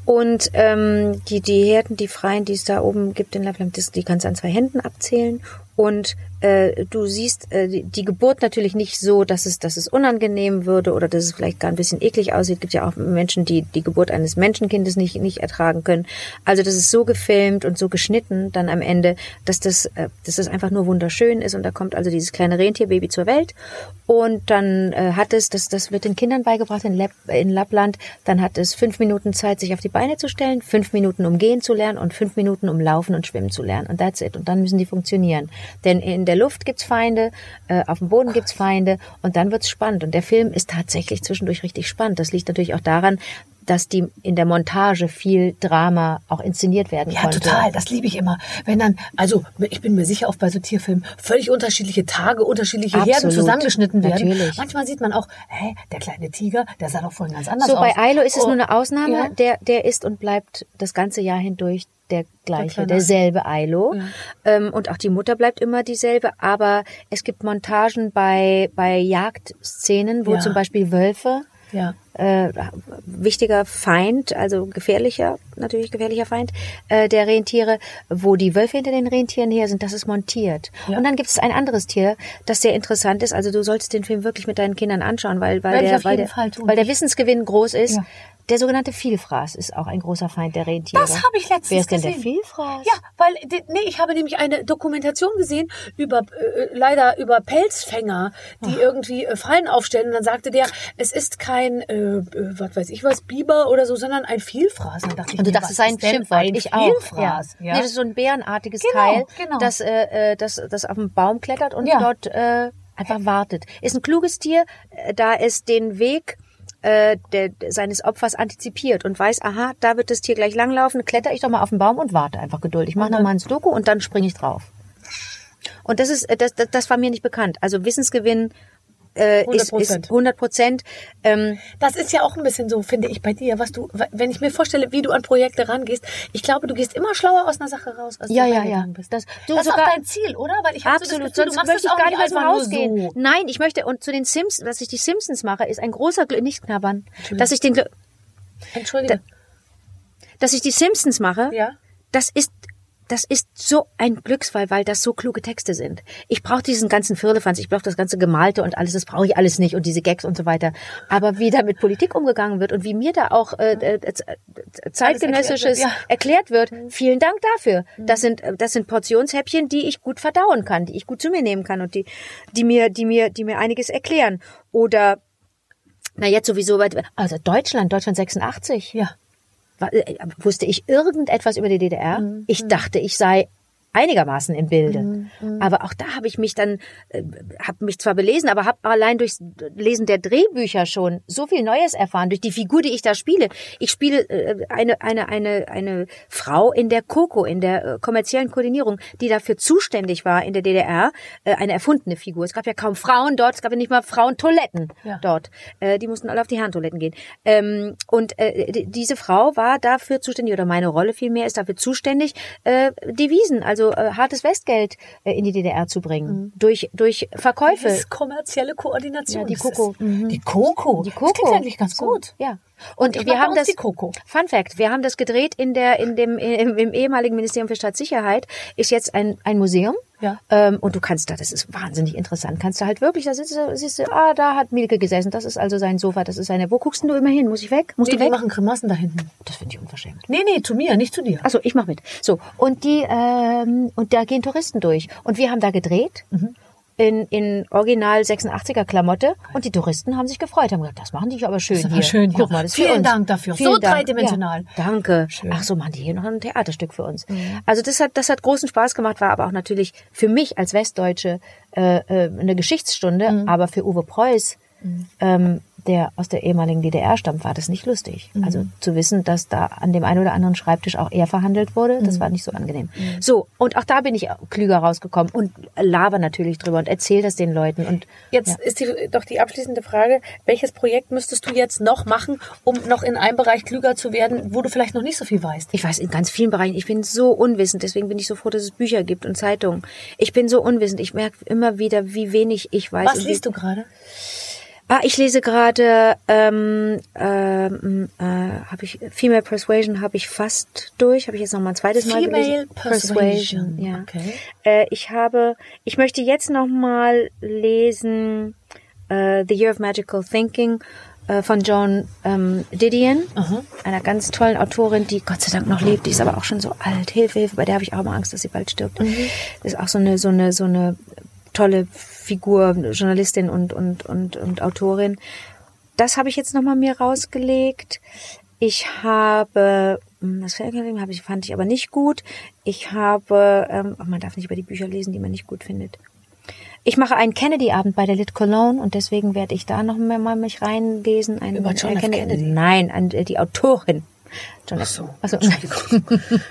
S4: Und ähm, die, die Herden, die Freien, die es da oben gibt in Lappland, das- die kannst du an zwei Händen abzählen. Und äh, du siehst äh, die, die Geburt natürlich nicht so, dass es, dass es unangenehm würde oder dass es vielleicht gar ein bisschen eklig aussieht. Es gibt ja auch Menschen, die die Geburt eines Menschenkindes nicht, nicht ertragen können. Also das ist so gefilmt und so geschnitten dann am Ende, dass das, äh, dass das einfach nur wunderschön ist. Und da kommt also dieses kleine Rentierbaby zur Welt. Und dann äh, hat es, das, das wird den Kindern beigebracht in, Lapp, in Lappland, dann hat es fünf Minuten Zeit, sich auf die Beine zu stellen, fünf Minuten um gehen zu lernen und fünf Minuten um laufen und schwimmen zu lernen. Und that's it. Und dann müssen die funktionieren. Denn in der Luft gibt's Feinde, äh, auf dem Boden gibt's Feinde und dann wird's spannend. Und der Film ist tatsächlich zwischendurch richtig spannend. Das liegt natürlich auch daran, dass die in der Montage viel Drama auch inszeniert werden
S5: Ja,
S4: konnte.
S5: total. Das liebe ich immer. Wenn dann, also ich bin mir sicher, auch bei so Tierfilmen völlig unterschiedliche Tage, unterschiedliche Herden
S4: Absolut.
S5: zusammengeschnitten werden.
S4: Natürlich.
S5: Manchmal sieht man auch, hä, der kleine Tiger, der sah doch vorhin ganz anders
S4: So
S5: aus.
S4: bei Ailo ist es
S5: Oh,
S4: nur eine Ausnahme.
S5: ja.
S4: Der, der ist und bleibt das ganze Jahr hindurch der gleiche,
S5: kleine
S4: derselbe Ailo. Ähm, und auch die Mutter bleibt immer dieselbe. Aber es gibt Montagen bei, bei Jagdszenen, wo
S5: Ja.
S4: zum Beispiel Wölfe
S5: Ja.
S4: äh, wichtiger Feind, also gefährlicher, natürlich gefährlicher Feind äh, der Rentiere, wo die Wölfe hinter den Rentieren her sind, das ist montiert.
S5: Ja.
S4: Und dann gibt es ein anderes Tier, das sehr interessant ist. Also du solltest den Film wirklich mit deinen Kindern anschauen, weil, weil,
S5: Werde ich
S4: der,
S5: auf
S4: weil,
S5: jeden
S4: der,
S5: Fall tun.
S4: weil der Wissensgewinn groß ist.
S5: Ja.
S4: Der sogenannte Vielfraß ist auch ein großer Feind der Rentiere.
S5: Das habe ich letztens
S4: Wer ist denn der
S5: gesehen.
S4: Vielfraß?
S5: Ja, weil die- nee, ich habe nämlich eine Dokumentation gesehen über äh, leider über Pelzfänger, die irgendwie äh, Fallen aufstellen und dann sagte der, es ist kein äh, äh, was weiß ich was Biber oder so, sondern ein Vielfraß. Und, dann dachte ich,
S4: Und du
S5: nee,
S4: dachtest, es
S5: was
S4: sei ein
S5: ist denn
S4: Schimpfwort.
S5: Ein
S4: ich auch.
S5: Vielfraß,
S4: Ja.
S5: ja.
S4: Nee, das ist so ein bärenartiges
S5: Genau,
S4: Teil,
S5: genau.
S4: Das, äh, äh, das, das auf dem Baum klettert und
S5: Ja.
S4: dort äh, einfach wartet. Ist ein kluges Tier, äh, da es den Weg äh, der, seines Opfers antizipiert und weiß, aha, da wird das Tier gleich langlaufen, kletter ich doch mal auf den Baum und warte einfach geduldig. Mach nochmal ein Sudoku und dann springe ich drauf. Und das ist, äh, das, das, das war mir nicht bekannt. Also Wissensgewinn äh, ist, ist
S5: 100%.
S4: 100 Prozent. Ähm,
S5: Das ist ja auch ein bisschen so, finde ich, bei dir, was du, wenn ich mir vorstelle, wie du an Projekte rangehst, ich glaube, du gehst immer schlauer aus einer Sache raus, als
S4: Ja,
S5: du
S4: ja,
S5: reingegangen
S4: ja.
S5: Bist.
S4: Das-
S5: Das,
S4: du
S5: ist
S4: sogar-
S5: auch dein Ziel, oder? Weil ich hab so
S4: Absolut,
S5: das Gefühl,
S4: sonst
S5: du machst
S4: möchte
S5: das
S4: ich
S5: auch
S4: gar nicht aus dem
S5: einfach nur
S4: Haus gehen.
S5: So.
S4: Nein, ich möchte, und zu den Sims, was ich die Simpsons mache, ist ein großer Glück, nicht knabbern, dass ich, den, Gl-
S5: Entschuldige.
S4: dass ich die Simpsons mache,
S5: ja.
S4: das ist, das ist so ein Glücksfall, weil das so kluge Texte sind. Ich brauche diesen ganzen Firlefanz, ich brauche das ganze Gemalte und alles, das brauche ich alles nicht und diese Gags und so weiter. Aber wie da mit Politik umgegangen wird und wie mir da auch äh, äh, äh, äh, zeitgenössisches
S5: ja.
S4: erklärt wird, vielen Dank dafür. Das sind, äh, das sind Portionshäppchen, die ich gut verdauen kann, die ich gut zu mir nehmen kann und die, die mir, die mir, die mir einiges erklären. Oder, na jetzt sowieso, weit- also Deutschland, Deutschland 86.
S5: Ja.
S4: Wa- äh, wusste ich irgendetwas über die DDR? Ich dachte, ich sei einigermaßen im Bilde. Aber auch da habe ich mich dann, äh, habe mich zwar belesen, aber habe allein durchs Lesen der Drehbücher schon so viel Neues erfahren, durch die Figur, die ich da spiele. Ich spiele äh, eine, eine, eine, eine Frau in der Coco, in der äh, kommerziellen Koordinierung, die dafür zuständig war in der DDR, äh, eine erfundene Figur. Es gab ja kaum Frauen dort, es gab ja nicht mal Frauentoiletten
S5: Ja.
S4: dort. Äh, die mussten alle auf die Herrentoiletten gehen. Ähm, und äh, d- diese Frau war dafür zuständig, oder meine Rolle vielmehr ist dafür zuständig, äh, Devisen, also äh, hartes Westgeld äh, in die DDR zu bringen. Durch, durch Verkäufe.
S5: Mhm. Das ist kommerzielle Koordination.
S4: Ja, die
S5: Das
S4: Coco.
S5: ist-
S2: Mhm.
S5: Die Coco.
S4: Die
S5: Das
S4: Coco.
S5: klingt eigentlich ganz
S4: So,
S5: gut.
S4: Ja. Und
S5: Das
S4: wir
S5: macht
S4: haben
S5: bei
S4: das
S5: uns die Coco.
S4: Fun Fact, wir haben das gedreht in der in dem im, im ehemaligen Ministerium für Staatssicherheit ist jetzt ein ein Museum.
S5: Ja.
S4: Ähm, und du kannst da, das ist wahnsinnig interessant, kannst du halt wirklich, da sitzt du, siehst du, ah, da hat Mielke gesessen, das ist also sein Sofa, das ist seine, wo guckst denn du immer hin? Muss ich weg? Musst
S5: Nee,
S4: du
S5: die
S4: weg?
S5: machen Grimassen da hinten.
S4: Das finde ich unverschämt.
S5: Nee, nee, zu mir, nicht zu dir.
S2: Also,
S4: Achso, ich
S2: Mhm.
S4: mach mit. So, und die, ähm, und da gehen Touristen durch. Und wir haben da gedreht in, in original 86er Klamotte und die Touristen haben sich gefreut, haben gesagt, das machen die aber schön
S2: Das ist aber
S4: hier.
S2: schön hier.
S4: Guck mal, das ist für
S2: Vielen
S4: uns.
S2: Dank dafür. So dreidimensional.
S4: Ja, danke. Ach so, machen die hier noch ein Theaterstück für uns. Also das hat das hat großen Spaß gemacht, war aber auch natürlich für mich als Westdeutsche äh, äh, eine Geschichtsstunde, aber für Uwe Preuß ähm, der aus der ehemaligen DDR stammt, war das nicht lustig. Also zu wissen, dass da an dem einen oder anderen Schreibtisch auch er verhandelt wurde, das war nicht so angenehm. So, und auch da bin ich klüger rausgekommen und laber natürlich drüber und erzähl das den Leuten. Und
S2: Jetzt ist die, doch die abschließende Frage, welches Projekt müsstest du jetzt noch machen, um noch in einem Bereich klüger zu werden, wo du vielleicht noch nicht so viel weißt?
S4: ich weiß in ganz vielen Bereichen, ich bin so unwissend, deswegen bin ich so froh, dass es Bücher gibt und Zeitungen. Ich bin so unwissend, ich merke immer wieder, wie wenig ich weiß.
S2: Was
S4: und wie-
S2: liest du gerade?
S4: Ah, ich lese gerade, ähm, ähm, äh, habe ich Female Persuasion habe ich fast durch, habe ich jetzt noch mal ein zweites Mal
S2: Female
S4: gelesen.
S2: Persuasion,
S4: ja.
S2: okay.
S4: Äh, ich habe, ich möchte jetzt noch mal lesen äh, The Year of Magical Thinking äh, von Joan ähm, Didion, einer ganz tollen Autorin, die Gott sei Dank noch lebt. Die ist aber auch schon so alt. Hilfe, Hilfe, bei der habe ich auch immer Angst, dass sie bald stirbt. Das ist auch so eine, so eine, so eine tolle Figur, Journalistin und, und, und, und Autorin. Das habe ich jetzt nochmal mir rausgelegt. Ich habe, hm, das Fernsehen habe ich, fand ich aber nicht gut. Ich habe, ähm, oh, man darf nicht über die Bücher lesen, die man nicht gut findet. Ich mache einen Kennedy-Abend bei der Lit Cologne und deswegen werde ich da noch mehr mal mich reinlesen. Ein,
S2: Über John F. Kennedy?
S4: Nein, an, äh, die Autorin. John Ach so. Ach so,
S2: *laughs*
S4: nein.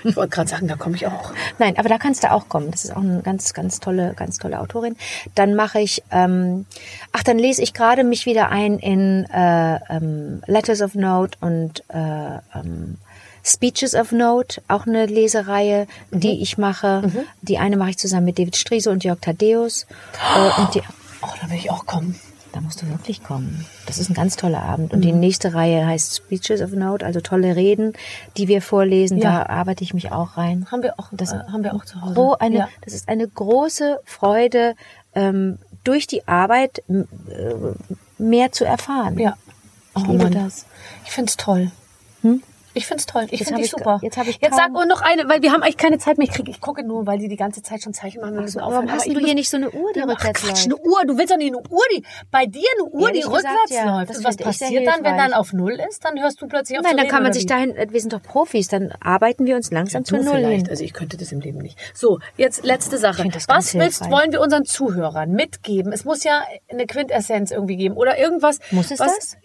S2: Ich wollte gerade sagen, da komme ich auch.
S4: Nein, aber da kannst du auch kommen. Das ist auch eine ganz, ganz tolle, ganz tolle Autorin. Dann mache ich, ähm, ach, dann lese ich gerade mich wieder ein in äh, ähm, Letters of Note und äh, ähm, Speeches of Note, auch eine Lesereihe, die ich mache. Die eine mache ich zusammen mit David Striese und Jörg Thaddeus. Äh, und die,
S2: Oh, da will ich auch kommen.
S4: da musst du wirklich kommen. Das ist ein ganz toller Abend. Und die
S2: Mhm.
S4: nächste Reihe heißt Speeches of Note, also tolle Reden, die wir vorlesen.
S2: Ja.
S4: Da arbeite ich mich auch rein.
S2: Haben wir auch,
S4: Das-
S2: äh, haben wir auch zu Hause.
S4: Gro eine,
S2: ja.
S4: Das ist eine große Freude, ähm, durch die Arbeit m- äh, mehr zu erfahren.
S2: ja.
S4: Ich
S2: Oh,
S4: liebe
S2: Mann.
S4: das.
S2: Ich finde es toll. Ich finde es toll. Ich
S4: Jetzt
S2: finde
S4: hab
S2: dich
S4: ich-
S2: super.
S4: jetzt hab ich
S2: jetzt sag
S4: kaum-
S2: nur noch eine, weil wir haben eigentlich keine Zeit mehr. Ich, krieg, ich gucke nur, weil die die ganze Zeit schon Zeichen machen. Wir müssen
S4: Warum
S2: aufhören.
S4: hast
S2: Aber ich
S4: du hier
S2: muss-
S4: nicht so eine Uhr, die
S2: Ach,
S4: rückwärts
S2: Quatsch,
S4: läuft?
S2: eine Uhr. Du willst doch nicht eine Uhr, die bei dir eine Uhr,
S4: Ja,
S2: die
S4: hätte ich
S2: rückwärts
S4: gesagt, ja.
S2: läuft.
S4: Das
S2: Und was
S4: finde ich sehr
S2: passiert dann, wenn
S4: hilfreich.
S2: dann auf Null ist? Dann hörst du plötzlich auf
S4: Nein,
S2: zu
S4: dann
S2: reden,
S4: kann man
S2: oder
S4: sich
S2: wie?
S4: dahin, äh, wir sind doch Profis, dann arbeiten wir uns langsam zu
S2: Du
S4: Null
S2: vielleicht.
S4: hin.
S2: Also ich könnte das im Leben nicht. So, jetzt letzte Sache.
S4: find das ganz
S2: Was willst,
S4: hilfreich.
S2: wollen wir unseren Zuhörern mitgeben? Es muss ja eine Quintessenz irgendwie geben oder irgendwas.
S4: Muss es
S2: was, das?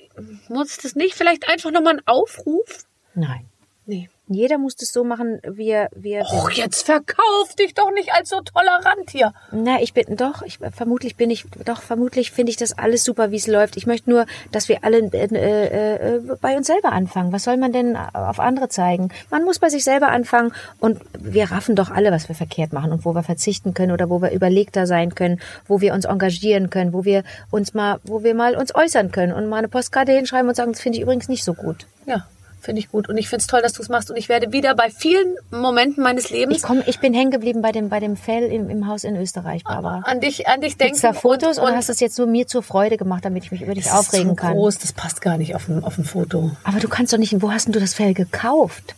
S2: Muss das nicht? Vielleicht einfach nochmal ein Aufruf?
S4: Nein.
S2: Nee.
S4: Jeder muss das so machen, wie er, wie er
S2: Och, jetzt verkauf dich doch nicht als so tolerant hier.
S4: Na, ich bin doch, ich, vermutlich bin ich, doch, vermutlich finde ich das alles super, wie es läuft. Ich möchte nur, dass wir alle äh, äh, äh, bei uns selber anfangen. Was soll man denn auf andere zeigen? Man muss bei sich selber anfangen und wir raffen doch alle, was wir verkehrt machen und wo wir verzichten können oder wo wir überlegter sein können, wo wir uns engagieren können, wo wir uns mal, wo wir mal uns äußern können und mal eine Postkarte hinschreiben und sagen, das finde ich übrigens nicht so gut.
S2: Ja, finde ich gut. Und ich finde es toll, dass du es machst. Und ich werde wieder bei vielen Momenten meines
S4: Ich
S2: Lebens
S4: komm, ich bin hängen geblieben bei dem, bei dem Fell im, im Haus in Österreich, Barbara.
S2: an dich, an dich denken.
S4: Gibt's da Fotos
S2: und,
S4: oder hast du es jetzt nur mir zur Freude gemacht, damit ich mich über dich
S2: das ist
S4: aufregen
S2: zu
S4: kann?
S2: groß, das passt gar nicht auf dem, auf dem Foto.
S4: Aber du kannst doch nicht, wo hast denn du das Fell gekauft?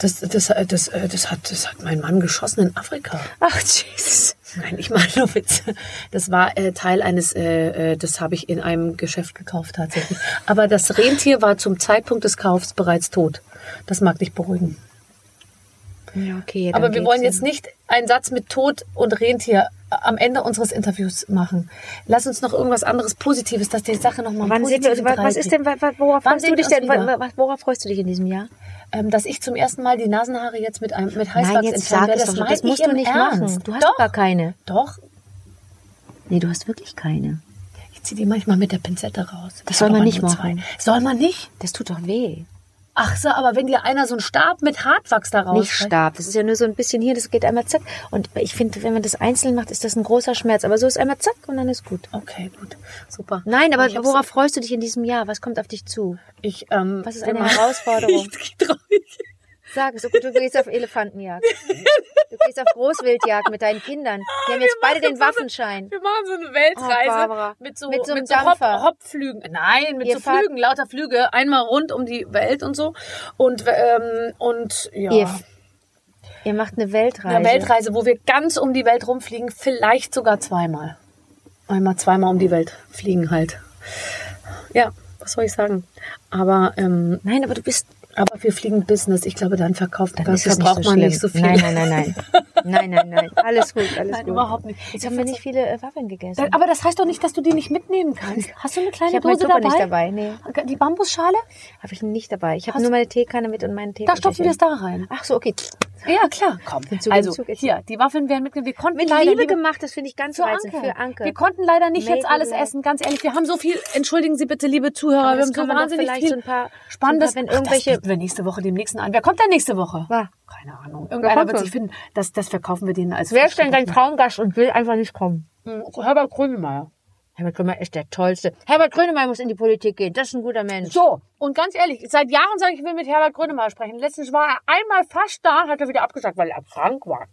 S2: Das, das, äh, das, äh, das, hat, das hat mein Mann geschossen in Afrika.
S4: Ach, Jesus.
S2: Nein, ich mache *laughs* nur Witze. Das war äh, Teil eines, äh, äh, das habe ich in einem Geschäft gekauft tatsächlich. Aber das Rentier war zum Zeitpunkt des Kaufs bereits tot. Das mag dich beruhigen.
S4: Ja, okay.
S2: Aber wir wollen jetzt nicht einen Satz mit Tod und Rentier äh, am Ende unseres Interviews machen. Lass uns noch irgendwas anderes Positives, dass die Sache nochmal
S4: Wann sehen wir, uns- wa- was ist denn, wa- wa- worauf
S2: Wann
S4: freust
S2: sehen
S4: du dich
S2: wir
S4: denn?
S2: uns
S4: Wa-
S2: wieder?
S4: wa- Worauf freust du dich in diesem Jahr?
S2: Ähm, dass ich zum ersten Mal die Nasenhaare jetzt mit, einem, mit Heißwachs
S4: Nein, jetzt
S2: entfernen
S4: sag
S2: werde.
S4: es doch,
S2: meine
S4: das
S2: ich
S4: musst du
S2: im
S4: nicht
S2: Ernst.
S4: machen. Du hast
S2: doch,
S4: doch gar keine.
S2: Doch,
S4: Nee, du hast wirklich keine.
S2: ich ziehe die manchmal mit der Pinzette raus.
S4: Das
S2: Ich
S4: soll
S2: hab
S4: man
S2: aber
S4: nicht
S2: nur
S4: machen.
S2: Zwei. Soll man nicht?
S4: Das tut doch weh.
S2: Ach so, aber wenn dir einer so einen Stab mit Hartwachs da raus.
S4: Nicht Stab. Das ist ja nur so ein bisschen hier, das geht einmal zack. Und ich finde, wenn man das einzeln macht, ist das ein großer Schmerz. Aber so ist einmal zack und dann ist gut.
S2: Okay, gut. Super.
S4: Nein, aber
S2: Ich hab's-
S4: worauf freust du dich in diesem Jahr? Was kommt auf dich zu?
S2: Ich, ähm,
S4: Was ist eine Herausforderung?
S2: *laughs* Ich trau mich.
S4: Sag es, du du gehst auf Elefantenjagd. Du gehst auf Großwildjagd mit deinen Kindern. Die haben Ah, jetzt beide den Waffenschein.
S2: Wir machen so eine
S4: Oh,
S2: Weltreise
S4: Barbara.
S2: mit so,
S4: Mit so einem
S2: Hop,
S4: Dampfer.
S2: Hopflügen. Nein, mit
S4: Ihr
S2: so
S4: fahrt-
S2: Flügen, lauter Flüge. Einmal rund um die Welt und so. Und, ähm, und ja.
S4: Ihr f- Ihr macht eine Weltreise.
S2: Eine Weltreise, wo wir ganz um die Welt rumfliegen, vielleicht sogar zweimal. Einmal, zweimal um die Welt fliegen halt. Ja, was soll ich sagen? Aber, ähm,
S4: Nein, aber du bist.
S2: aber wir fliegen Business. Ich glaube, dann verkauft
S4: Dann ist es
S2: verbraucht
S4: nicht so
S2: man
S4: schlimm.
S2: nicht so viel. *laughs*
S4: Nein, nein, nein, nein. Nein, nein, nein. Alles gut, alles
S2: Nein,
S4: gut.
S2: überhaupt nicht.
S4: Jetzt haben wir nicht viele äh, Waffeln gegessen.
S2: Aber das heißt doch nicht, dass du die nicht mitnehmen kannst. Hast du eine
S4: ich
S2: kleine
S4: habe meine
S2: Dose
S4: Suppe
S2: dabei?
S4: nicht dabei. Nee,
S2: Die Bambusschale?
S4: habe ich nicht dabei. Ich habe
S2: Hast-
S4: nur meine Teekanne mit und meinen Tee.
S2: Da stopfen wir es da rein.
S4: Ach so, okay.
S2: Ja, klar. Komm.
S4: Im Zug, im
S2: also,
S4: Zug, jetzt.
S2: hier, die Waffeln werden mitgenommen. Wir konnten
S4: Mit
S2: leider
S4: Liebe
S2: lieber-
S4: gemacht, das finde ich ganz
S2: für
S4: reizend
S2: Anke.
S4: für Anke.
S2: Wir konnten leider nicht
S4: Made
S2: jetzt alles
S4: with love.
S2: essen, ganz ehrlich. Wir haben so viel, entschuldigen Sie bitte, liebe Zuhörer,
S4: Aber
S2: wir
S4: das
S2: haben so
S4: kann man doch
S2: wahnsinnig
S4: vielleicht
S2: viel
S4: so ein paar-
S2: Spannendes.
S4: so ein paar, wenn
S2: Ach,
S4: irgendwelche-
S2: das bieten wir nächste Woche dem nächsten an. Wer kommt denn nächste Woche?
S4: Wer?
S2: Keine Ahnung. Irgendeiner
S4: kommt
S2: wird
S4: denn?
S2: sich finden. Das, das verkaufen wir denen als
S4: Wer ist denn dein Traumgast und will einfach nicht kommen?
S2: Hm, Herbert Grönemeyer.
S4: Herbert Grönemeyer ist der Tollste. Herbert Grönemeyer muss in die Politik gehen. Das ist ein guter Mensch.
S2: So, und ganz ehrlich, seit Jahren sage ich, ich will mit Herbert Grönemeyer sprechen. Letztens war er einmal fast da, hat er wieder abgesagt, weil er krank war.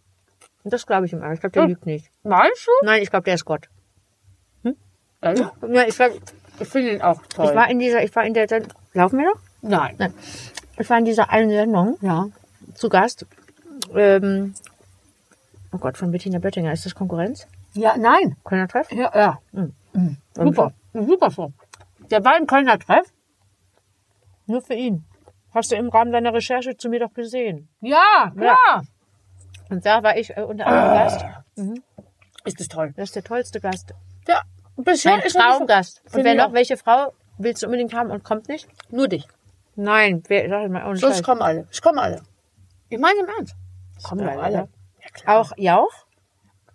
S4: Und das glaube ich ihm an. Ich glaube,
S2: Hm.
S4: der lügt nicht.
S2: Meinst du?
S4: Nein, ich glaube, der ist Gott.
S2: Also,
S4: Ja, Äh, ich, glaub,
S2: ich finde ihn auch toll.
S4: ich war in dieser, ich war in der, Send- laufen wir noch?
S2: Nein.
S4: Nein. Ich war in dieser einen Sendung
S2: Ja.
S4: zu Gast. Ähm, oh Gott, von Bettina Böttinger. Ist das Konkurrenz?
S2: Ja, nein.
S4: Kölner Treff?
S2: Ja, ja. Super. Super Hm. so. Der war im Kölner Treff.
S4: Nur für ihn. Hast du im Rahmen deiner Recherche zu mir doch gesehen.
S2: Ja, klar.
S4: Und da war ich äh, unter
S2: Ah.
S4: anderem Gast.
S2: Ist das toll.
S4: Das ist der tollste Gast.
S2: Ja, bisher
S4: Mein
S2: ist er nicht
S4: Traumgast.
S2: Finde
S4: Und wer
S2: ich
S4: noch,
S2: auch.
S4: welche Frau willst du unbedingt haben und kommt nicht?
S2: so- Nur dich.
S4: Nein, wer, sag ich mal, ohne
S2: Sonst
S4: Scheiß.
S2: kommen alle. Ich kommen alle. Ich meine im Ernst. Kommen
S4: geil,
S2: doch alle.
S4: oder? Auch Jauch?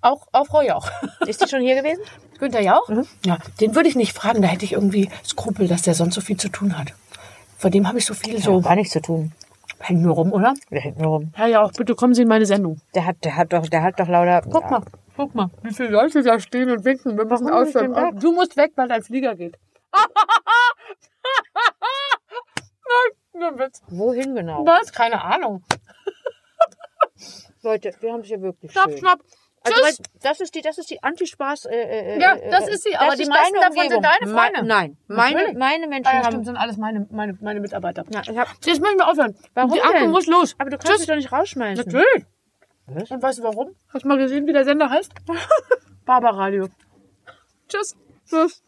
S2: Auch, auch Frau Jauch.
S4: Ist die schon hier gewesen?
S2: *laughs* Günther Jauch? Ja, den würde ich nicht fragen. Da hätte ich irgendwie Skrupel, dass der sonst so viel zu tun hat. Von dem habe ich so viel so.
S4: gar nichts zu tun.
S2: Hängen nur rum, oder?
S4: Der hängt nur rum.
S2: Herr Jauch, bitte kommen Sie in meine Sendung.
S4: Der hat, der hat doch, der hat doch lauter.
S2: Guck mal, guck mal, wie viele Leute da stehen und winken. Wir machen
S4: Warum bin ich
S2: Ausflug.
S4: denn weg?
S2: Du musst weg, weil dein Flieger geht. *laughs* Nein, nur ein Witz.
S4: Wohin genau?
S2: Was? Keine Ahnung.
S4: Leute, wir haben es hier wirklich
S2: Schnapp,
S4: schön.
S2: schnapp.
S4: Also,
S2: Tschüss.
S4: weil das ist die, das ist die Antispaß. Äh, äh,
S2: Ja,
S4: äh,
S2: das
S4: äh,
S2: ist sie, aber die meisten
S4: deine
S2: davon sind deine Freunde.
S4: Me nein, meine,
S2: Natürlich.
S4: meine Menschen
S2: Ah, ja, stimmt,
S4: haben.
S2: sind alles meine, meine, meine Mitarbeiter.
S4: Na, ich hab,
S2: Jetzt müssen wir aufhören.
S4: Warum
S2: Die Anke
S4: denn?
S2: muss los.
S4: aber du kannst mich
S2: Tschüss.
S4: doch nicht rausschmeißen.
S2: Natürlich.
S4: Was?
S2: Und weißt du warum? Hast du mal gesehen, wie der Sender
S4: *laughs*
S2: heißt? Barbaradio. Tschüss. Tschüss.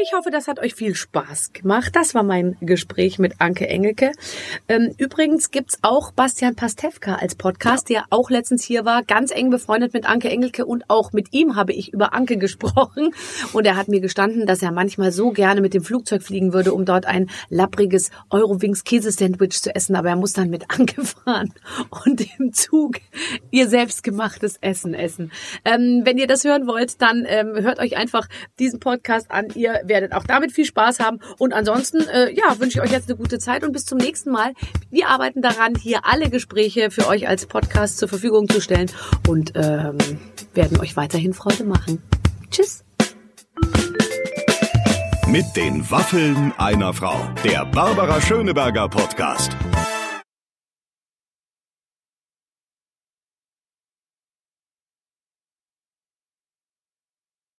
S6: Ich hoffe, das hat euch viel Spaß gemacht. Das war mein Gespräch mit Anke Engelke. Ähm, Übrigens gibt's auch Bastian Pastewka als Podcast, der auch letztens hier war, ganz eng befreundet mit Anke Engelke und auch mit ihm habe ich über Anke *laughs* gesprochen. Und er hat mir gestanden, dass er manchmal so gerne mit dem Flugzeug fliegen würde, um dort ein lappriges Eurowings-Käse-Sandwich zu essen. Aber er muss dann mit Anke *laughs* fahren und im Zug ihr selbstgemachtes Essen essen. Ähm, wenn ihr das hören wollt, dann ähm, hört euch einfach diesen Podcast an. Ihr werdet auch damit viel Spaß haben. Und ansonsten, äh, ja, wünsche ich euch jetzt eine gute Zeit und bis zum nächsten Mal. Wir arbeiten daran, hier alle Gespräche für euch als Podcast zur Verfügung zu stellen und ähm, werden euch weiterhin Freude machen. Tschüss.
S1: Mit den Waffeln einer Frau. Der Barbara Schöneberger Podcast.